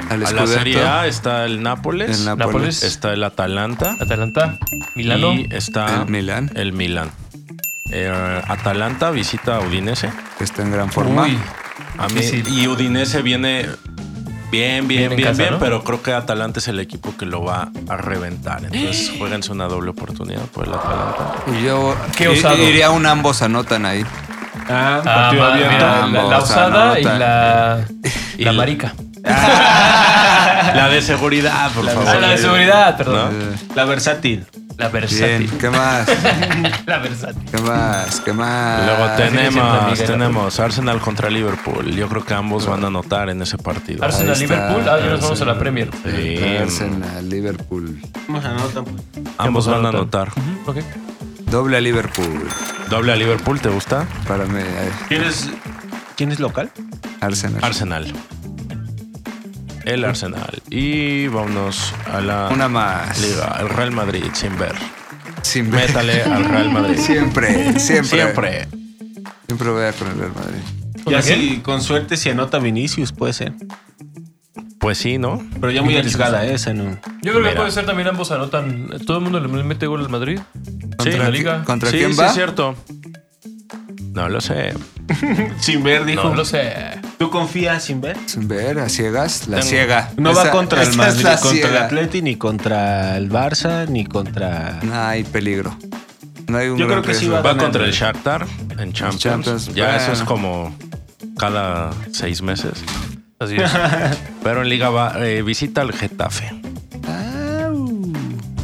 Speaker 1: a la
Speaker 5: Scudetto.
Speaker 1: serie A? Está el Nápoles,
Speaker 5: El Nápoles.
Speaker 2: Nápoles.
Speaker 1: está el Atalanta
Speaker 2: Atalanta, Milano.
Speaker 1: y está
Speaker 5: El Milán,
Speaker 1: el Milan. Eh, Atalanta visita a Udinese.
Speaker 5: que está en gran forma.
Speaker 2: Uy,
Speaker 1: A mí,
Speaker 2: Difícil.
Speaker 1: y Udinese viene bien, bien,
Speaker 2: Bien en
Speaker 1: bien,
Speaker 2: casa,
Speaker 1: bien,
Speaker 2: ¿no?
Speaker 1: pero creo que Atalanta es el equipo que lo va a reventar. Entonces, jueguense una doble oportunidad por el
Speaker 2: Ah.
Speaker 1: Atalanta.
Speaker 5: Y yo
Speaker 2: Qué
Speaker 5: i-
Speaker 2: osado.
Speaker 5: iría un ambos anotan ahí.
Speaker 6: Ah,
Speaker 2: Ah,
Speaker 6: partido
Speaker 2: ma-
Speaker 6: abierto.
Speaker 2: mira, la, la
Speaker 5: Vamos,
Speaker 2: usada y
Speaker 5: anota.
Speaker 2: la,
Speaker 1: Y
Speaker 2: la
Speaker 1: la-
Speaker 2: marica.
Speaker 1: La de seguridad, por favor.
Speaker 2: Ah, la de seguridad, perdón.
Speaker 5: Eh,
Speaker 6: La versátil.
Speaker 2: La versátil.
Speaker 5: Bien, ¿qué más?
Speaker 2: La versátil.
Speaker 5: ¿Qué más? ¿Qué más?
Speaker 1: Luego
Speaker 2: Ah, siendo
Speaker 1: tenemos,
Speaker 2: amiga de la
Speaker 1: tenemos Arsenal contra Liverpool. Yo creo que ambos van a anotar en ese partido.
Speaker 2: Arsenal,
Speaker 5: está.
Speaker 2: Liverpool. Ah, ya nos vamos a la Premier.
Speaker 1: Sí,
Speaker 5: Arsenal, Liverpool.
Speaker 6: Vamos a anotar, pues.
Speaker 1: ambos van a anotar.
Speaker 2: Ujú, ok.
Speaker 5: Doble a Liverpool.
Speaker 1: Doble a Liverpool, ¿te gusta?
Speaker 5: Para mí, eh,
Speaker 6: ¿Quién es, ¿Quién es local?
Speaker 5: Arsenal.
Speaker 1: Arsenal. El Arsenal. Y vámonos a la
Speaker 5: Una más.
Speaker 1: liga. El Real Madrid, sin ver.
Speaker 5: Sin ver.
Speaker 1: Métale al Real Madrid.
Speaker 5: Siempre, siempre.
Speaker 1: Siempre.
Speaker 5: Siempre voy a con el Real Madrid.
Speaker 6: Ya si con suerte si anota Vinicius, puede ser.
Speaker 1: Pues sí, ¿no?
Speaker 6: Pero ya muy arriesgada ¿eh? esa, ¿no?
Speaker 2: Yo creo que
Speaker 1: Mira.
Speaker 2: puede ser también ambos anotan. Todo el mundo le mete gol al Madrid.
Speaker 1: Sí,
Speaker 5: ¿Contra,
Speaker 2: la
Speaker 5: qui-
Speaker 2: liga.
Speaker 5: ¿contra
Speaker 1: sí,
Speaker 5: quién
Speaker 1: sí
Speaker 5: va?
Speaker 1: es cierto. No lo sé.
Speaker 6: Sin ver, dijo.
Speaker 2: No lo sé.
Speaker 6: ¿Tú confías sin ver?
Speaker 5: Sin ver, a ciegas, la
Speaker 1: Tengo-
Speaker 5: ciega.
Speaker 6: No
Speaker 5: Esta-
Speaker 6: va contra el
Speaker 5: esta es
Speaker 6: Madrid,
Speaker 5: la
Speaker 6: contra el
Speaker 5: ciega.
Speaker 6: Atleti, ni contra el Barça, ni contra.
Speaker 5: No hay peligro. No hay un
Speaker 6: Yo
Speaker 5: gran
Speaker 6: creo que sí
Speaker 5: riesgo.
Speaker 6: va a
Speaker 1: Va
Speaker 6: Ganando.
Speaker 1: contra el Shakhtar en Champions.
Speaker 5: Champions,
Speaker 1: ya
Speaker 5: bueno.
Speaker 1: eso es como cada seis meses.
Speaker 2: Así es.
Speaker 1: Pero en Liga va, eh, visita al Getafe.
Speaker 2: No,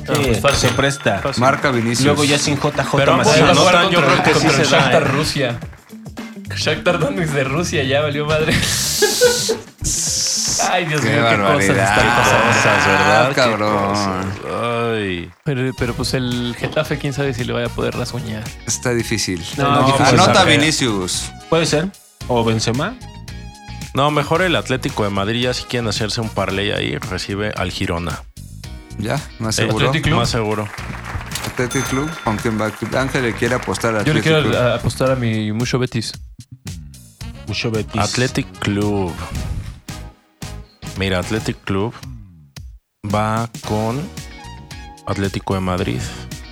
Speaker 2: pues
Speaker 6: Sí,
Speaker 2: fácil.
Speaker 6: eh, se presta.
Speaker 2: Fácil.
Speaker 5: Marca Vinicius.
Speaker 6: Luego ya sin JJ
Speaker 1: Pero
Speaker 6: más.
Speaker 1: ambos
Speaker 2: Además,
Speaker 1: anotan,
Speaker 2: jugar
Speaker 1: yo creo
Speaker 2: contra-
Speaker 1: que sí
Speaker 2: contra el
Speaker 1: se da,
Speaker 2: Shakhtar
Speaker 1: ¿eh?
Speaker 2: Rusia. Shakhtar Donetsk de Rusia ya valió madre. Ay, Dios
Speaker 5: Qué
Speaker 2: mío, qué cosas
Speaker 5: barbaridad.
Speaker 2: están pasando.
Speaker 1: Cosas, ¿verdad? Qué
Speaker 5: Ah, cabrón.
Speaker 1: cosas. Ay.
Speaker 2: Pero, pero pues el Getafe, quién sabe si le vaya a poder rasguñar.
Speaker 5: Está difícil.
Speaker 6: No,
Speaker 1: No,
Speaker 6: difícil.
Speaker 1: pues,
Speaker 5: Anota
Speaker 1: a ver.
Speaker 5: Vinicius.
Speaker 6: Puede ser. O Benzema.
Speaker 1: No, mejor el Atlético de Madrid ya si quieren hacerse un parlay ahí, recibe al Girona.
Speaker 5: Ya, más
Speaker 1: Eh,
Speaker 5: seguro.
Speaker 2: Athletic Club.
Speaker 1: Más seguro.
Speaker 5: Athletic Club. Aunque Ángel le quiere apostar a
Speaker 2: Yo le
Speaker 5: Athletic
Speaker 2: quiero ah,
Speaker 5: Club.
Speaker 2: a- apostar a mi mucho Betis.
Speaker 6: Mucho Betis.
Speaker 1: Athletic Club. Mira, Athletic Club va con Atlético de Madrid.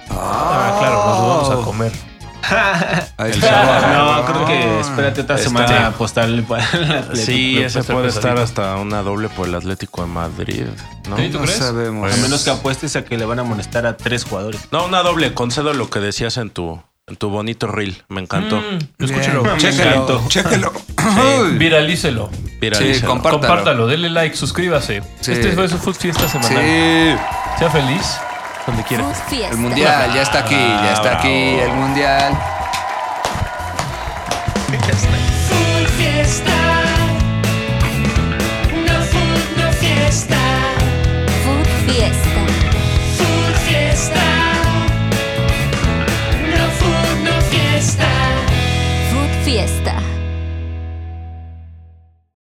Speaker 2: Ah, claro, nos vamos
Speaker 1: Oh.
Speaker 2: a comer.
Speaker 5: Ahí
Speaker 1: El
Speaker 5: está. Ah,
Speaker 6: No, creo que espérate otra
Speaker 1: Está-
Speaker 6: semana a apostarle para el Athletic
Speaker 1: Sí,
Speaker 6: Club.
Speaker 1: ese
Speaker 2: está
Speaker 1: puede
Speaker 2: pesadito.
Speaker 1: estar hasta una doble por el Atlético de Madrid. ¿no?
Speaker 2: Sí, ¿Tú
Speaker 5: No
Speaker 2: crees?
Speaker 5: sabemos.
Speaker 6: A menos que apuestes a que le van a amonestar a tres jugadores.
Speaker 1: No, una doble. Concedo lo que decías en tu, en tu bonito reel. Me encantó.
Speaker 2: Mm,
Speaker 5: Escúchelo.
Speaker 6: Me
Speaker 5: Chéquelo.
Speaker 6: encantó.
Speaker 5: Chéquelo. Uy.
Speaker 2: Viralícelo.
Speaker 5: Sí,
Speaker 1: Viralízalo.
Speaker 5: compártalo.
Speaker 2: Compártalo, denle like, suscríbase.
Speaker 5: Sí.
Speaker 2: Este fue su Food Fiesta semanal.
Speaker 5: Sí.
Speaker 2: Sea feliz donde quiera.
Speaker 4: Food Fiesta.
Speaker 5: El mundial, ya está aquí, ya está aquí, el mundial.
Speaker 3: Full fiesta. No food, no fiesta.